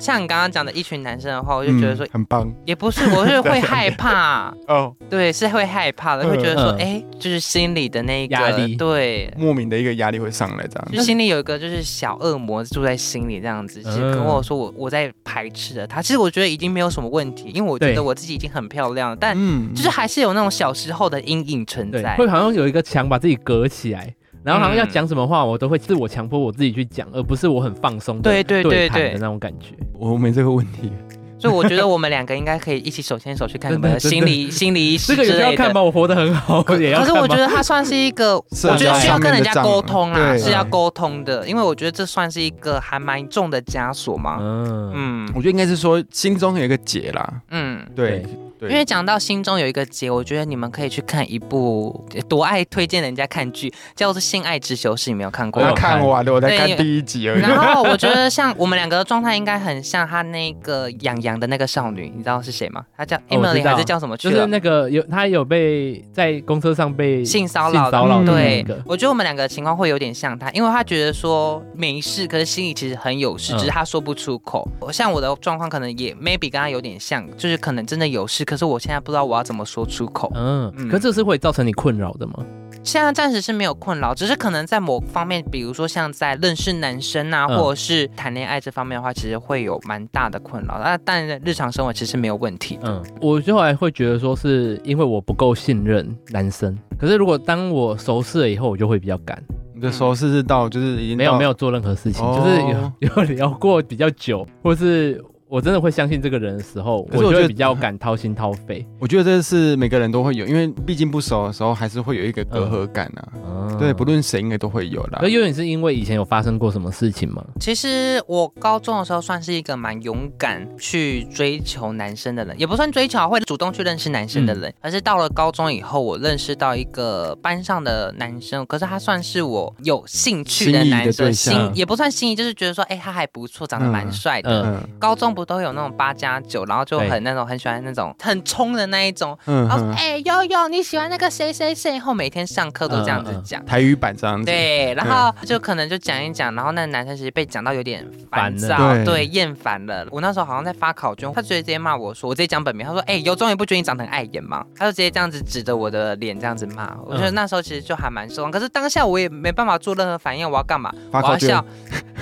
S1: 像你刚刚讲的一群男生的话，我就觉得说
S3: 嗯很棒
S1: 也不是，我是会害怕，
S3: 哦，
S1: 对，是会害怕的，会觉得说
S2: 嗯
S1: 哎，就是心里的那一
S2: 压
S1: 个
S2: 力
S1: 对。
S3: 莫名的一个压力会上来这样
S2: 嗯
S1: 就
S3: 子。
S1: 心里有一个就是小恶魔住在心里这样子，就是
S2: 嗯
S1: 跟我说我我在排斥着他。其实我觉得已经没有什么问题，因为我觉
S2: 对
S1: 得我自己已经很漂亮了，但
S3: 嗯
S1: 就是还是有那种小时候的阴影存
S2: 对，
S1: 在。
S2: 会好像有一个墙把自己隔起来，然后好像要
S1: 嗯
S2: 讲什么话，我都会自我强迫我自己去讲，而不是我很放松的
S1: 对对对
S2: 谈
S1: 对
S2: 的那种感觉。
S3: 我没这个问题，
S1: 所以我觉得我们两个应该可以一起手牵手去看什
S2: 真的
S1: 么
S2: 真的
S1: 心理心理医师
S2: 这个
S1: 之
S2: 也是要
S1: 类
S2: 看
S1: 的。
S2: 吧，我活得很好，也要
S1: 可
S2: 看
S1: 是
S2: 吧。
S1: 我觉得它算是一
S2: <laughs>
S1: 个，
S3: 社
S1: 我觉得
S2: 交
S1: 需要
S3: 上面
S1: 跟人
S3: 的
S1: 家
S3: 障
S1: 沟通啦，
S3: 对
S1: 是
S2: 嗯
S1: 要沟通的，因为我觉得这算是一个还蛮重的枷锁嘛。
S2: 嗯，
S1: 嗯
S3: 我觉得应该是说心中有一个结啦，
S1: 嗯，
S3: 对，
S1: 因
S3: 对
S1: 为讲到心中有一个结，我觉得你们可以去看一部多爱推荐人家看剧，叫做《性爱直球室》，你没有看过
S3: 我
S2: 有
S1: 吗？
S3: 看完了，我才
S1: 对
S3: 看第一集而已。
S1: 然后我觉得像我们两个的状态应该很像他那个养羊的那个少女，你知道是谁吗？她叫
S2: 哦我知
S1: Emily 还是
S2: 道
S1: 叫什么去
S2: 就
S1: 了？
S2: 是那个有他有被在公车上被
S1: 性骚扰的嗯
S2: 性骚扰的嗯那
S1: 对
S2: 个，，
S1: 我觉得我们两个情况会有点像他，因为他觉得说没事，可是心里其实很有事，
S2: 嗯
S1: 只是他说不出口。我像我的状况可能也 maybe 跟他有点像，就是可能真的有事，可是我现在不知道我要怎么说出口。
S2: 嗯，
S1: 嗯
S2: 可这是会造成你困扰的吗？
S1: 现在暂时是没有困扰，只是可能在某方面，比如说像在认识男生啊，
S2: 嗯
S1: 或者是谈恋爱这方面的话，其实会有蛮大的困扰。那但日常生活其实没有问题。
S2: 嗯，我就后来会觉得说是因为我不够信任男生，可是如果当我熟识了以后，我就会比较敢。
S3: 你的手势是到就是已经
S2: 没有
S3: 到
S2: 没有做任何事情，
S3: 哦
S2: 就是有有 <laughs> 聊过比较久，或是我真的会相信这个人的时候，
S3: 可
S2: 我
S3: 是我
S2: 就
S3: 觉
S2: 会
S3: 得
S2: 比较敢掏心掏肺。
S3: 我觉得这是每个人都会有，因为毕竟不熟的时候还是会有一个隔阂感啊。
S2: 嗯
S3: 对，不。论谁应该都会有啦
S2: 可。是有点是因为以前有发生过什么事情吗？
S1: 其实我高中的时候算是一个蛮勇敢去追求男生的人，也不算追求啊，会主动去认识男生的
S3: 嗯
S1: 人。而是到了高中以后，我认识到一个班上的男生，可是他算是我有兴趣的
S3: 心仪的
S1: 男生，
S3: 对
S1: 心
S3: 象
S1: 也不算心仪，就是觉得说，哎，他还不错，长得蛮
S3: 嗯
S1: 帅的。
S2: 嗯，
S3: 嗯
S1: 高中不都有那种八加九，然后就
S2: 对
S1: 很那种很喜欢那种很冲的那一种。
S3: 嗯
S1: 然后说
S3: 嗯，
S1: 哎悠悠，你喜欢那个谁谁谁，以后每天上课都这样子
S2: 嗯嗯嗯
S1: 讲。
S3: 台语版这样子。
S1: 对，然后就可能就讲一讲，然后那个男生其实被讲到有点烦
S3: 烦
S1: 躁，
S3: 了
S1: 对，厌烦了。我那时候好像在发考卷，他直接直接骂我说，我直接讲本名，他说，哎、有种你不觉得你长得很碍眼吗？他就直接这样子指着我的脸这样子骂，我觉得
S2: 嗯
S1: 那时候其实就还蛮受伤，可是当下我也没办法做任何反应，我要干嘛？
S3: 发
S1: 我
S3: 考
S1: 要
S3: 卷
S1: 笑，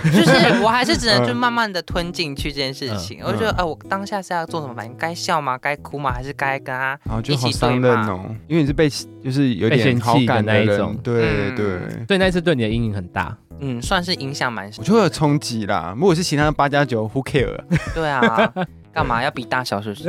S1: 就是
S3: <laughs>
S1: 我还是只能就
S3: 嗯
S1: 慢慢的吞进去这件事情。我就觉得，哎、我当下是要做什么反应？该笑吗？该哭吗？还是该跟他？
S3: 然后就
S1: 一起
S3: 好伤人哦，因为你是被就是有
S2: 被嫌
S3: 点
S2: 弃
S3: 好感
S2: 的那一
S3: 人
S2: 种
S3: 对
S1: 嗯
S3: 对。
S2: 所以那一次对你的阴影很大。
S1: 嗯，算是影响蛮深
S3: 我。觉得有冲击啦，如果是其他的八加九，Who
S2: <laughs>
S3: care？
S1: 对啊，干嘛要比大小是不 <laughs> 是？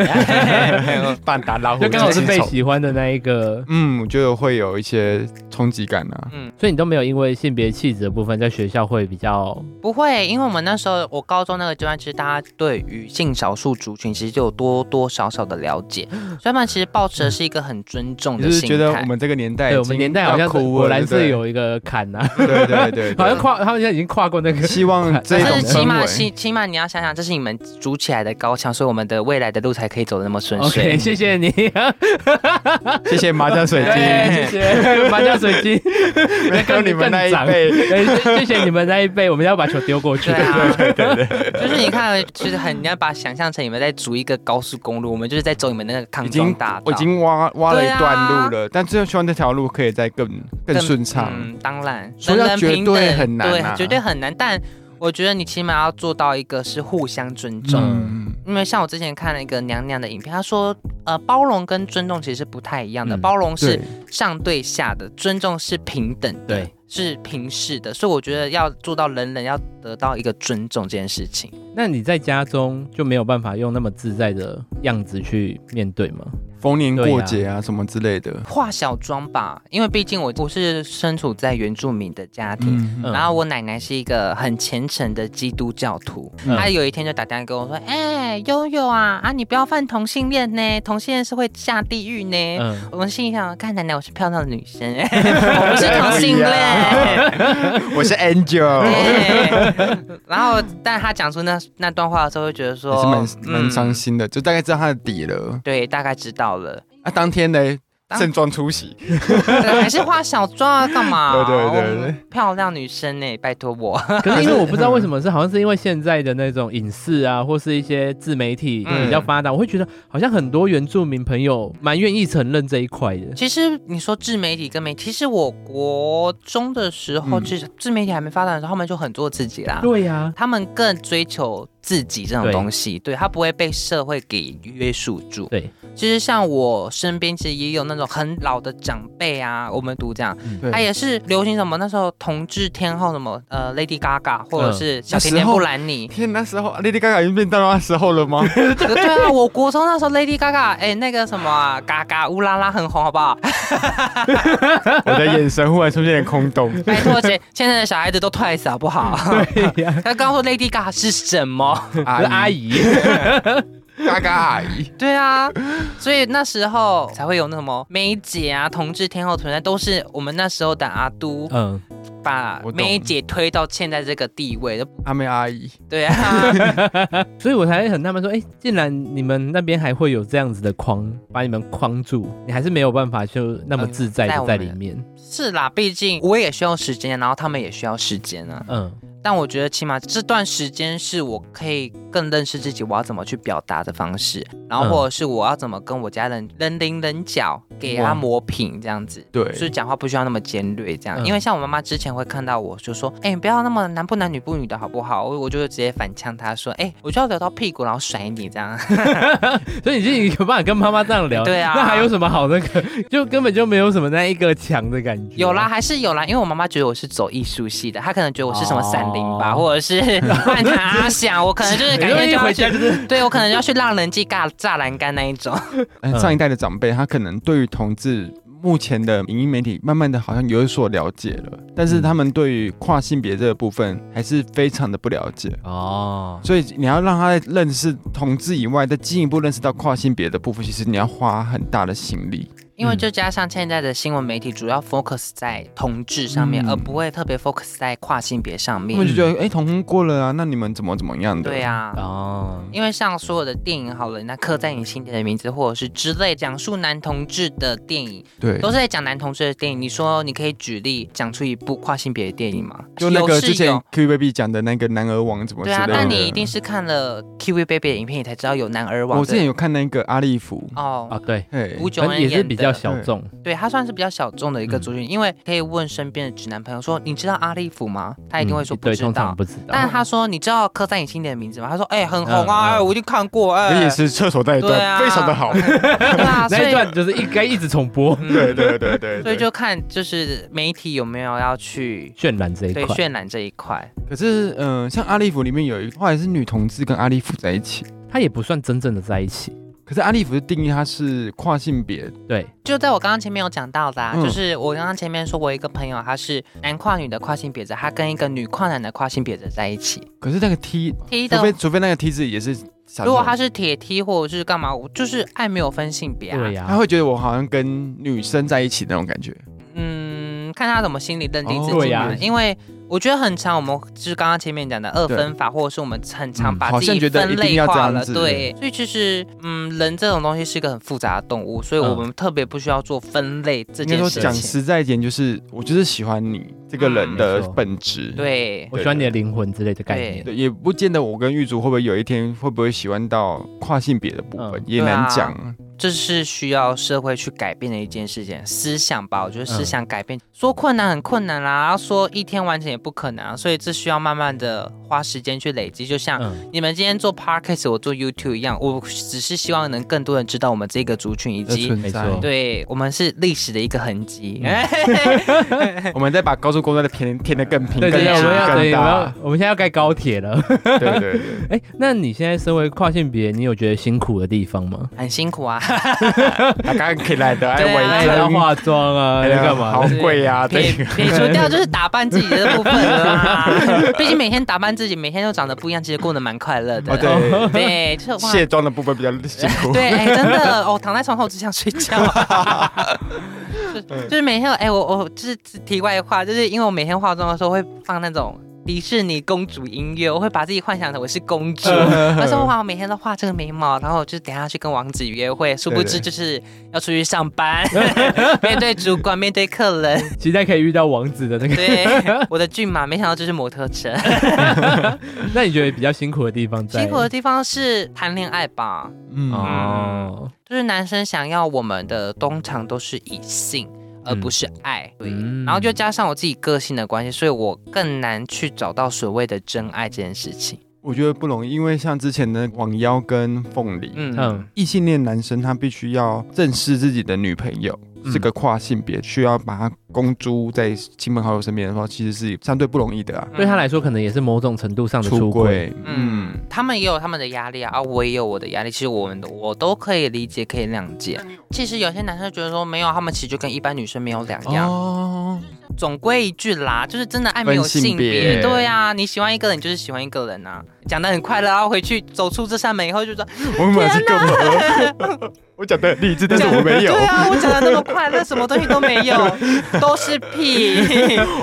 S3: 半打老虎
S2: 就刚好是被
S3: 自己丑
S2: 喜欢的那一个，
S3: 嗯，我觉得会有一些冲击感啊。
S1: 嗯，
S2: 所以你都没有因为性别气质的部分在学校会比较
S1: 不会，因为我们那时候我高中那个阶段，其实大家对于性少数族群其实就有多多少少的了解，所以他们其实抱持的是一个很尊重
S3: 就
S1: 的
S3: 是
S1: 心态。
S3: 觉得我们这个年代已经哎要哭了，
S2: 对我们年代好像果然是
S3: 对不
S2: 有一个坎呐、啊
S3: 对，对对对
S2: <laughs> 好像
S3: 对，
S2: 跨他们现在已经跨过那个。
S3: 希望这
S1: 可
S3: 种
S1: 是起码，
S3: 氛围。
S1: 起起码你要想想，这是你们筑起来的高墙，所以我们的未来的路才可以走得那么顺
S2: OK，
S1: 遂。
S2: 谢谢你，
S3: 谢谢麻将水晶，
S2: 对，
S3: <laughs>
S2: 谢谢 <laughs> 麻将水晶，
S3: 没有你们那一辈，
S2: 对谢谢谢你们那一辈，我们要把球丢过去
S1: 对。啊， <laughs> 就是你看，就是很，你要把想象成你们在筑一个高速公路，我们就是在走你们那个
S3: 已
S1: 康庄
S3: 经
S1: 大道。
S3: 我已经挖挖了一
S1: 对啊
S3: 段路了，但最后希望这条路可以再更更顺畅。
S1: 嗯，当然，
S3: 所以
S1: 人
S3: 要
S1: 人
S3: 绝
S1: 平
S3: 对
S1: 等
S3: 很难
S1: 对
S3: 啊，
S1: 绝对很难。但我觉得你起码要做到一个是互相尊重。
S2: 嗯
S3: 嗯，
S1: 因为像我之前看了一个娘娘的影片，她说，呃，包容跟尊重其实是不太一样的，
S2: 嗯
S1: 包容是
S3: 对
S1: 上对下的，尊重是平等的，
S2: 对
S1: 是平视的，所以我觉得要做到人人要得到一个尊重这件事情，
S2: <laughs> 那你在家中就没有办法用那么自在的样子去面对吗？
S3: 逢年
S2: 对
S3: 过
S2: 啊
S3: 节啊什么之类的。
S1: 化小妆吧，因为毕竟我不是身处在原住民的家庭，
S3: 嗯，
S2: 嗯
S1: 然后我奶奶是一个很虔诚的基督教徒，
S2: 嗯
S1: 她有一天就打电话跟我说：“哎、悠悠啊啊，你不要犯同性恋呢，同性恋是会下地狱呢。
S2: 嗯，
S1: 我心里想，看奶奶，我是漂亮的女
S3: <laughs>
S1: 生，我 <laughs> 不是同性
S3: 哎
S1: 恋。
S3: <laughs> 我
S1: <laughs>
S3: 是 Angel，
S1: 对哎然后，但她讲出那那段话的时候，会觉得
S3: 也是
S1: 说
S3: 蛮蛮伤。
S1: 嗯
S3: 心的，就大概知道他的底了。
S1: 对，大概知道了，
S3: 啊，当天呢，
S1: 嗯当
S3: 盛装出席，
S1: 还是化小妆啊，干嘛？
S3: 对对对对
S1: 我漂亮女生呢，拜托我。 <laughs>
S2: 可是因为我不知道为什么是，好像是因为现在的那种影视啊，或是一些自媒体
S1: 嗯
S2: 比较发达，我会觉得好像很多原住民朋友蛮愿意承认这一块的。
S1: 其实你说自媒体跟媒体，其实我国中的时候，
S3: 嗯
S1: 其实自媒体还没发展的时候，他们就很做自己啦。
S2: 对呀、
S1: 他们更追求自己这种
S2: 对
S1: 东西，对他不会被社会给约束住。
S2: 对，
S1: 其实像我身边，其实也有那种很老的长辈啊，我们读这样，
S2: 嗯
S3: 对
S1: 他也是流行什么那时候同志天后什么呃 Lady Gaga 或者
S2: 嗯
S1: 是小
S3: 那
S1: 甜
S3: 时
S1: 甜
S3: 候
S1: 布兰妮，
S3: 天，那时候 Lady Gaga 已经变到那时候了
S1: <laughs>
S3: 吗？
S1: 对啊，我国中那时候 Lady Gaga 哎那个什么啊嘎嘎乌拉拉很红，好不好？
S3: 我的眼神忽然出现了空
S1: <laughs>
S3: 洞。
S1: 拜托，现现在的小孩子都 Twice 好不好？
S2: 对呀、
S1: 他刚刚说 Lady Gaga 是什么？
S2: 可是阿
S3: 姨
S2: 姨，
S3: ，Gaga 阿姨，
S1: 对啊，所以那时候才会有那什么梅姐啊、同志天后存在，都是我们那时候的阿都
S2: <laughs> 嗯，
S1: 把
S3: 我懂
S1: 梅姐推到现在这个地位。
S3: 阿妹阿姨，
S1: 对啊，
S2: 所以我才很纳闷说，哎、竟然你们那边还会有这样子的框把你们框住，你还是没有办法就那么自在
S1: 嗯在
S2: 的
S1: 我
S2: 在
S1: 们
S2: 里面。
S1: 是啦，毕竟我也需要时间，然后他们也需要时间啊。
S2: 嗯，
S1: 但我觉得起码这段时间是我可以更认识自己，我要怎么去表达的方式，然后
S2: 嗯
S1: 或者是我要怎么跟我家人人棱棱角，给
S3: 哇
S1: 他磨平这样子。
S3: 对
S1: 就是讲话不需要那么尖锐，这样，
S2: 嗯
S1: 因为像我妈妈之前会看到我就说，哎、你不要那么男不男女不女的好不好？我我就会直接反呛她说，哎、我就要聊到屁股，然后甩你这样。
S2: 所以你就有办法跟妈妈这样聊，
S1: 对啊
S2: 那还有什么好那个？就根本就没有什么那一个墙的感觉。
S1: 有啦，，还是有啦，因为我妈妈觉得我是走艺术系的，她可能觉得我是什么闪灵吧，
S2: 哦
S1: 或者
S3: <laughs>
S1: 是乱他想，我可能就是
S2: 你
S1: 改
S2: 就
S1: 天
S2: 一
S1: 就要
S2: 回家
S1: 去，
S2: 就是
S1: 对我可能要去让人机尬栅栏杆那一种。嗯
S3: 呃上一代的长辈，他可能对于同志。目前的影音媒体慢慢的好像有所了解了，但
S1: 嗯
S3: 是他们对于跨性别这个部分还是非常的不了解。
S2: 哦，
S3: 所以你要让他认识同志以外，再进一步认识到跨性别的部分，其实你要花很大的心力。
S1: 因为
S2: 嗯
S1: 就加上现在的新闻媒体主要 focus 在同志上面，
S3: 嗯
S1: 而不会特别 focus 在跨性别上
S3: 他们
S1: 面。
S3: 就觉嗯得，哎、同婚过了啊，那你们怎么怎么样
S1: 嗯
S3: 的？
S1: 对啊。
S2: 哦，
S1: 因为像所有的电影好了，那刻在你心底的名字，或者是之类讲述男同志的电影，
S3: 对，
S1: 都是在讲男同志的电影。你说你可以举例讲出一部跨性别的电影吗？
S3: 就那
S1: 有
S3: 个
S1: 是
S3: 之前
S1: 有
S3: Q Baby 讲的那个男儿王怎么之
S1: 对
S3: 类
S1: 啊
S3: 的。，
S1: 但你一定是看了 TV Baby 的影片，你才知道有男儿王
S3: 我之前
S1: 的。
S3: 有看那个阿利福，
S2: 啊，
S1: 哦，
S2: 对，
S3: 哎、
S1: 吴
S2: 反
S1: 炯
S2: 正
S1: 恩
S2: 也
S1: 演
S2: 是比
S1: 的
S2: 较小众，
S1: 对他算是比较小众的一个
S2: 嗯
S1: 族群，因为可以问身边的直男朋友说：“你知道阿利夫吗？”他一定会说
S2: 嗯
S1: 不
S2: 对，
S1: 知
S2: 通
S1: 道
S2: 常。不知道。
S1: 但他说：“你知道柯占影星点的名字吗？”他说：“哎、很红
S2: 嗯
S1: 啊，
S2: 嗯
S1: 哎我就看过。”
S3: 而
S1: 哎，
S3: 且是厕所那一段，
S1: 对啊
S3: 非常的好。
S1: <laughs> 对啊，所
S2: <laughs> 那一
S1: 以
S2: 段就是应该一直重
S3: <laughs>
S2: 播
S3: 对对对对对
S1: 所以就看就是媒体有没有要去
S2: 渲染这一
S1: 对
S2: 块。
S1: 渲染这一块。
S3: 可是，嗯、像阿利福里面有一后来是女同志跟阿利福在一起，
S2: 他也不算真正的在一起。
S3: 可是阿利福的定义他是跨性别，
S2: 对，
S1: 就在我刚刚前面有讲到的、啊，
S3: 嗯
S1: 就是我刚刚前面说，我有一个朋友他是男跨女的跨性别者，他跟一个女跨男的跨性别者在一起。
S3: 可是那个 T，
S1: T
S3: 除
S1: 的
S3: 非，除非那个 T 字也是闪动，
S1: 如果他是铁 T 或者是干嘛，我就是爱没有分性别啊。
S2: 对呀、
S3: 他会觉得我好像跟女生在一起那种感觉。
S1: 嗯，看他怎么心里认定自
S3: 哦
S1: 己
S2: 对
S1: 嘛。
S2: 呀
S1: 因为我觉得很常，我们就是刚刚前面讲的二
S3: 对
S1: 分法，或者是我们很常
S2: 嗯
S1: 把
S3: 好
S1: 自
S3: 像
S1: 己
S3: 觉得
S1: 分
S3: 一定
S1: 类
S3: 要这
S1: 化
S3: 样
S1: 了。
S3: 子
S1: 对，所以其实嗯，人这种东西是一个很复杂的动物，所以我
S2: 嗯
S1: 们特别不需要做分类这
S3: 应该
S1: 件
S3: 说
S1: 事
S3: 讲
S1: 情。
S3: 实在一点，就是我就是喜欢你这个人的
S2: 嗯没错
S3: 本质。
S1: 对，
S2: 我喜欢你的灵魂之类的概念。
S3: 对，也不见得我跟玉竹会不会有一天会不会喜欢到跨性别的部分，
S2: 嗯
S3: 也
S1: 啊
S3: 难讲。
S1: 这是需要社会去改变的一件事情，思想吧。我觉得思啊
S2: 嗯
S1: 想改变，说困难很困难啦，然后说一天完成也不可能啊，所以这需要慢慢的花时间去累积。就像
S2: 嗯，
S1: 你们今天做 podcast，我做 YouTube 一样，我只是希望能更多人知道我们这个族群以
S3: 的
S1: 及。
S3: 存
S2: 没
S3: 在
S2: 错。
S1: 对我们是历史的一个痕
S3: 嗯
S1: 迹，哎
S3: 我们再把高速公路的填填的更平，
S2: 对
S3: 更
S2: 对
S3: 直
S2: 对，我们要
S3: 更
S2: 对，我们
S3: 大
S2: 要。我们现在要盖高铁了。 <laughs>
S3: 对对对对，
S2: 哎、那你现在身为跨性别，你有觉得辛苦的地方吗？
S1: 很辛苦啊，
S3: 大家可以
S1: <laughs>
S3: 来的， <laughs> 哎，
S1: 对啊
S3: 围
S2: 哎要
S3: 针
S2: 化妆啊，
S3: 哎
S2: 要
S3: 呀
S2: 干嘛
S3: 好
S2: 的？
S3: 贵呀，
S1: 撇
S3: 对，
S1: 撇除掉就是打扮自己的部分了啦。
S3: <laughs>
S1: 毕竟每天打扮自己，每天都长得不一样，其实过得蛮快乐的。
S3: 哦对，
S1: 对，就是哇，
S3: <laughs> 卸妆的部分比较辛苦。
S1: 对，哎、真的，我、躺在床上我只想睡觉、就是就是每天有，哎、我我就是题外话，就是因为我每天化妆的时候会放那种。迪士尼公主音乐，我会把自己幻想成我是公主。我说哇，我每天都画这个眉毛，然后我就等一下去跟王子约会，殊不知就是要出去上班，面对主管，面对客人。
S2: 期待可以遇到王子的那个。 <laughs>
S1: 对，我的骏马，没想到就是摩托车。
S2: 那你觉得比较辛苦的地方在？
S1: 辛苦的地方是谈恋爱吧，
S3: 嗯，
S2: 哦，
S1: 就是男生想要我们的，通常都是以性，而不是爱。
S2: 嗯
S1: 对，然后就加上我自己个性的关系，所以我更难去找到所谓的真爱这件事情。
S3: 我觉得不容易，因为像之前的网妖跟凤梨，
S1: 嗯
S2: 嗯，
S3: 异性恋男生他必须要正视自己的女朋友
S2: 嗯
S3: 是个跨性别，需要把她公诸在亲朋好友身边的话，其实是相对不容易的啊。
S2: 对他来说可能也是某种程度上的
S3: 出
S2: 轨。
S3: 轨，
S1: 嗯
S3: 嗯，，
S1: 他们也有他们的压力啊，啊我也有我的压力。其实我们的我都可以理解，可以谅解。其实有些男生觉得说没有，他们其实就跟一般女生没有两样。
S3: 哦，
S1: 总归一句啦，就是真的爱没有性
S3: 分性别
S1: 别。对啊，你喜欢一个人，你就是喜欢一个人啊。讲的很快乐，然后回去走出这扇门以后，就说
S3: 嗯我们是干嘛？ <laughs> 我讲的很理智，但是我没有
S1: 对，啊，我讲的那么快乐，什么东西都没有，都是屁。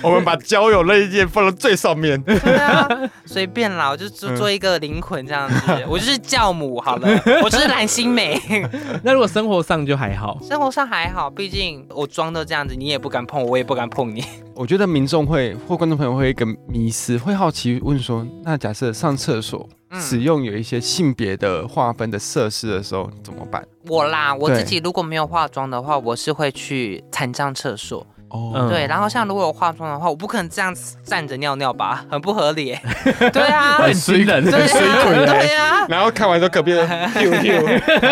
S3: 我们把交友那一件放到最上面。
S1: 对啊，随便啦，我就
S3: 嗯
S1: 做做一个灵魂这样子，我就是教母好了，我就是蓝心湄。
S2: 那如果生活上就还好，
S1: 生活上还好，毕竟我装都这样子，你也不敢碰我，我也不敢碰你。
S3: <laughs> 我觉得民众会或观众朋友会有一个迷思，会好奇问说：那假设上厕所
S1: 嗯
S3: 使用有一些性别的划分的设施的时候怎么办？
S1: 我啦，我
S3: 对
S1: 自己如果没有化妆的话，我是会去残障厕所。
S3: 哦
S2: 嗯
S1: 对，然后像如果有化妆的话，我不可能这样子站着尿尿吧，很不合理欸。 <laughs> 对啊，
S2: 很惊人。
S1: 对
S3: 水
S1: 啊，
S3: 鬼欸
S1: 对啊，
S3: 然后看完之后，隔 <laughs> 壁的丢丢，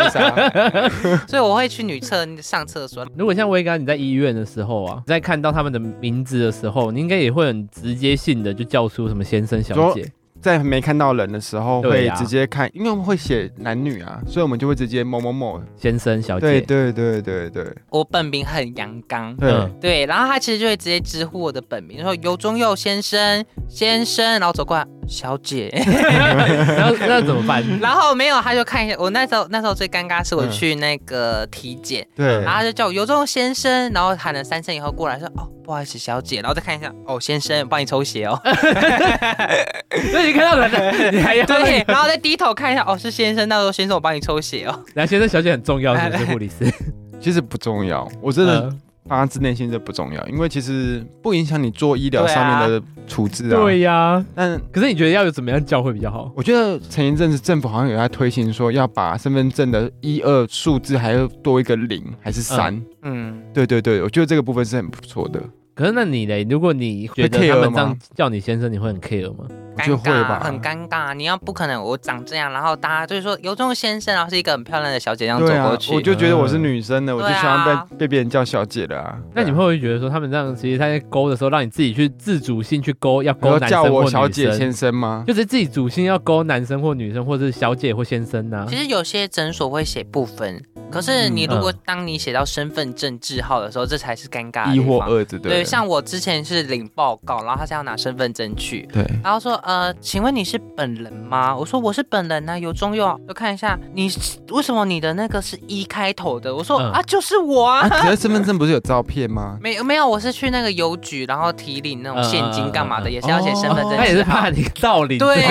S3: 啥？哎
S1: 所以我会去女厕上厕所。
S2: 如果像威刚你在医院的时候啊，在看到他们的名字的时候，你应该也会很直接性的就叫出什么先生小姐，
S3: 在没看到人的时候，
S2: 对
S3: 会
S2: 啊
S3: 直接看，因为我们会写男女啊，所以我们就会直接某某某。
S2: 先生小
S3: 对
S2: 姐。
S3: 对对对对
S1: 我本名很阳刚，
S3: 对
S2: 嗯，
S1: 对，然后他其实就会直接直呼我的本名，说尤忠佑先生先生，然后走过来小姐， <laughs>
S2: 那那怎么办？
S1: 然后没有他就看一下我那时候那时候最尴尬是我去那个体检，
S3: 嗯对
S1: 然后他就叫我尤忠佑先生，然后喊了三声以后过来说哦不好意思小姐，然后再看一下哦先生帮你抽血
S3: <laughs>
S1: 哦，
S2: 那你看到人，你还要
S1: 对，然后再低头看一下哦是先生，那时候先生我帮你抽血哦，
S2: 然后先生小姐很重要，是不是护理
S3: 哎
S2: 师？
S3: 其实不重要，我真的
S2: 嗯
S3: 发自内心的不重要，因为其实不影响你做医疗
S1: 对啊
S3: 上面的处置啊。
S2: 对呀、
S3: 但
S2: 可是你觉得要有怎么样教会比较好？
S3: 我觉得前一阵子政府好像有在推行说要把身份证的一二数字还要多一个零还是三、
S1: 嗯，
S3: 对对对，我觉得这个部分是很不错的。
S2: 可是那你嘞？如果你觉得
S3: care
S2: 他们这样
S3: 吗
S2: 叫你先生，你会很 care 吗？
S3: 我
S1: 尴
S3: 觉得会
S1: 尬
S3: 吧
S1: 很尴尬，你要不可能我长这样，然后大家就是说尤忠佑先生，然后是一个很漂亮的小姐这样走
S3: 对啊
S1: 过，去，
S3: 我就觉得我是女生的，我就
S1: 对
S3: 喜
S1: 啊
S3: 欢被被别人叫小姐了啊。
S2: 那你会不会觉得说他们这样，其实他在勾的时候，让你自己去自主性去勾，要勾
S3: 要
S2: 男
S3: 叫
S2: 生或
S3: 我
S2: 女
S3: 小姐
S2: 生
S3: 先生吗？
S2: 就是自己主性要勾男生或女生，或是小姐或先生呐、
S1: 其实有些诊所会写部分，可是你如果当你写到身份证字号的时候，这才是尴尬的
S3: 一
S1: 地
S3: 或
S1: 方。
S3: 二之
S1: 对，像我之前是领报告，然后他是要拿身份证去，
S3: 对，
S1: 然后说呃，请问你是本人吗？我说我是本人呐、啊，有中药，就看一下你是为什么你的那个是一开头的？我说、
S2: 嗯
S1: 啊，就是我啊。
S3: 啊，可是身份证不是有照片吗？
S1: 没有没有，我是去那个邮局，然后提领那种现金干嘛的，
S2: 嗯嗯嗯嗯
S1: 也是要写身份证字号。
S2: 他也是怕你到领。
S1: 对，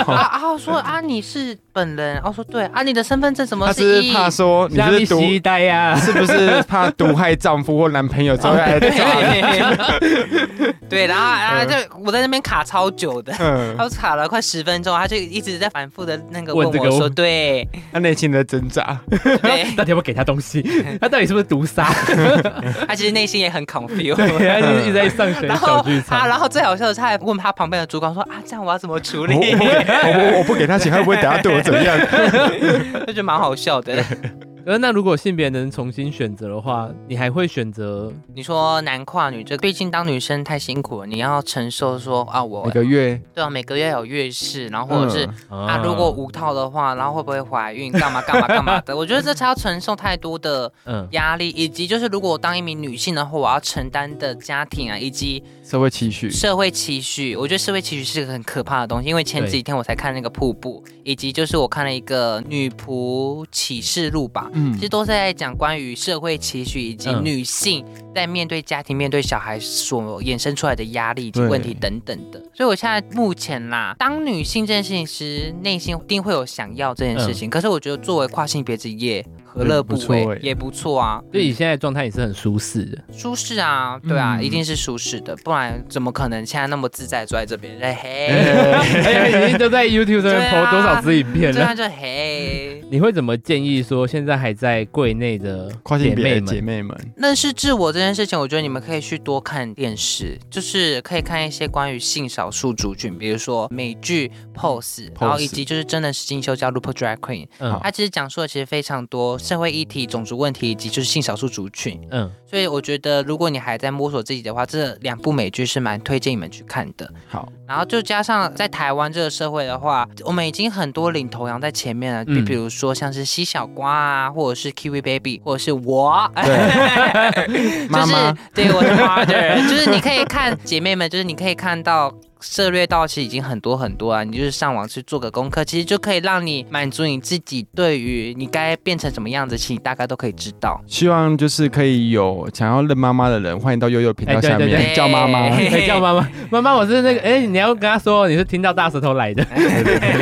S3: 哦
S1: 啊啊，我说啊你是本人，然后说对啊，你的身份证怎么
S3: 他只
S1: 一
S3: 是怕说 <laughs> 你
S2: 下
S3: 是
S2: 面
S3: 毒，
S2: 期待呀、
S3: 是不是怕毒害丈夫或男朋友之后来找你？
S1: 对 <laughs> 对，然后
S2: 嗯
S1: 然后就我在那边卡超久的。
S3: 嗯，
S1: 他卡了快十分钟，他就一直在反复的那个
S2: 问
S1: 问
S2: 这
S1: 我
S2: 个
S1: 说：“
S2: 问
S1: 对
S3: 他内心的挣扎，
S1: 对，
S2: <laughs> 到底要不要给他
S1: <laughs>
S2: 东西？他到底是不是毒杀？
S1: 他其实内心也
S2: <laughs>
S1: 很 <laughs> confused。
S2: 对，啊他一直在上
S1: <laughs>
S2: 学
S1: 然
S2: 小
S1: 后
S2: 剧
S1: 他，
S2: 场。
S1: 然后最好笑的是，他还问他旁边的主管说：“啊，这样我要怎么处
S3: 我
S1: 理
S3: 我不我我我不给他钱，他会不会等下对我怎么样？？”
S1: <laughs> 就觉得蛮好笑的。 <laughs>
S2: 呃，那如果性别能重新选择的话，你还会选择？
S1: 你说男跨女这，毕竟当女生太辛苦了，你要承受说啊，我
S3: 每个月
S1: 对啊，每个月有月事，然后或者是、
S3: 嗯
S1: 啊，如果无套的话，然后会不会怀孕，干嘛干嘛干嘛的？我觉得这才要承受太多的
S2: 嗯，
S1: 压力，以及就是如果我当一名女性的话，我要承担的家庭啊，以及
S3: 社会期许，
S1: 社会期许。我觉得社会期许是个很可怕的东西，因为前
S2: 对
S1: 几天我才看那个瀑布，以及就是我看了一个女仆启示录吧，
S3: 嗯
S1: 其实都是在讲关于社会期许以及
S2: 嗯
S1: 女性在面对家庭、面对小孩所衍生出来的压力以及
S3: 对
S1: 问题等等的。所以我现在目前啦，当女性这件事情时，内心一定会有想要这件事情。可是我觉得作为跨性别职业，何乐不为
S3: 嗯不错欸
S1: 也不错啊，
S2: 所以你现在的状态也是很舒适的。
S1: 舒适啊，对啊，
S3: 嗯
S1: 一定是舒适的，不然怎么可能现在那么自在地坐在这边？嘿嘿，
S2: 哎，已经都在 YouTube 上
S1: 对
S2: 面 po
S1: 啊
S2: 多少支影片
S1: 对
S2: 了
S1: 啊，？就嘿。
S2: 你会怎么建议说现在还在柜内的
S3: 跨性
S2: 姐
S3: 别
S2: 妹
S3: 的姐
S2: 们？
S3: 妹们，
S1: 认识自我这件事情，我觉得你们可以去多看电视，就是可以看一些关于性少数族群，比如说美剧 Pose，然后以及就是真的是进修叫 Lupo Drag Queen，
S2: 嗯
S1: 它其实讲述的其实非常多社会议题、种族问题以及就是性少数族群。
S2: 嗯，
S1: 所以我觉得，如果你还在摸索自己的话，这两部美剧是蛮推荐你们去看的。
S3: 好，
S1: 然后就加上在台湾这个社会的话，我们已经很多领头羊在前面了，比、
S2: 嗯
S1: 比如说像是西小瓜啊，或者是 Kiwi Baby，或者是我，
S3: 妈妈
S1: 就是对我的 mother，就是你可以看姐妹们，就是你可以看到。涉略到其实已经很多很多啊，你就是上网去做个功课，其实就可以让你满足你自己对于你该变成什么样子，其实你大概都可以知道。
S3: 希望就是可以有想要认妈妈的人，欢迎到悠悠频道
S2: 哎对
S3: 下
S2: 对
S3: 面
S1: 对
S3: 叫妈妈。
S1: 嘿
S2: 可以叫妈妈，妈妈，我是那个，哎，你要跟她说你是听到大舌头来的，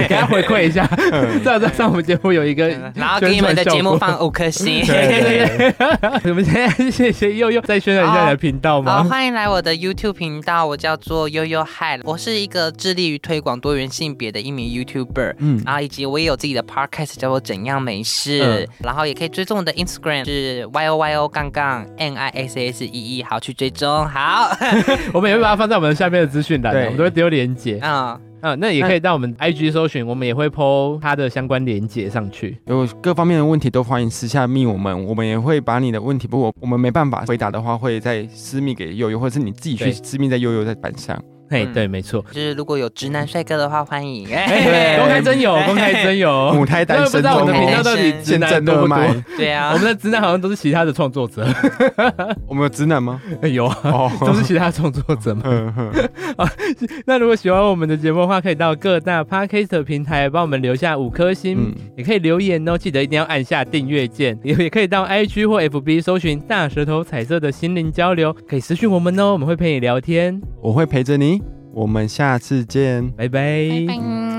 S2: 给她回馈一下，这样这样我们节目有一个
S1: 嗯然后给你们的节目放五颗星。
S2: 对， <laughs> 我们现在谢谢悠悠再宣传一下你的频道
S1: 好，
S2: 吗？
S1: 欢迎来我的 YouTube 频道，我叫做悠悠嗨，我是一个致力于推广多元性别的一名 YouTuber。
S3: 嗯，
S1: 然后以及我也有自己的 podcast 叫做怎样美事，
S2: 嗯
S1: 然后也可以追踪我的 Instagram 是 y o y o 杠杠 n i s s e e，好去追踪，好， <laughs>
S2: <laughs> 我们也会把它放在我们下面的资讯栏，
S3: 对啊
S2: 我们都会丢链接。
S1: 嗯，
S2: 嗯，那也可以到我们 IG 搜寻，我们也会 PO 它的相关链接上去。
S3: 有各方面的问题都欢迎私下密我们，我们也会把你的问题，不过我们没办法回答的话，会再私密给悠悠，或者是你自己
S2: 对
S3: 去私密在悠悠在板上。
S2: 嘿，
S1: 嗯
S2: 对，没错。
S1: 就是如果有直男帅哥的话，欢迎，
S2: 哎，公开真有，公开真有。 <laughs>
S3: 母胎单
S2: 哦不知
S3: 身
S2: 道我
S3: 中
S2: 的
S1: 母
S2: 频
S1: 胎
S2: 道
S3: 哦，
S2: 到底直
S3: 现在
S2: 男多
S3: 热
S2: 不多？
S3: 卖，
S1: 对啊
S2: <laughs> 我，们的直男好像都是其他的创作者，
S3: 我 <laughs> 们有直男
S2: <laughs>
S3: 吗？
S2: 哎有啊，
S3: 哦，
S2: 都是其他创作者嘛。 <laughs>
S3: 嗯哼
S2: 那如果喜欢我们的节目的话，可以到各大 podcast 平台帮我们留下五颗星
S3: 嗯，
S2: 也可以留言哦，记得一定要按下订阅键， <laughs> 也也可以到 IG 或 FB 搜寻“大舌头彩色的心灵交流”，可以私讯我们哦，我们会陪你聊天。
S3: 我会陪着你，我们下次见。
S2: 拜拜。
S1: 拜拜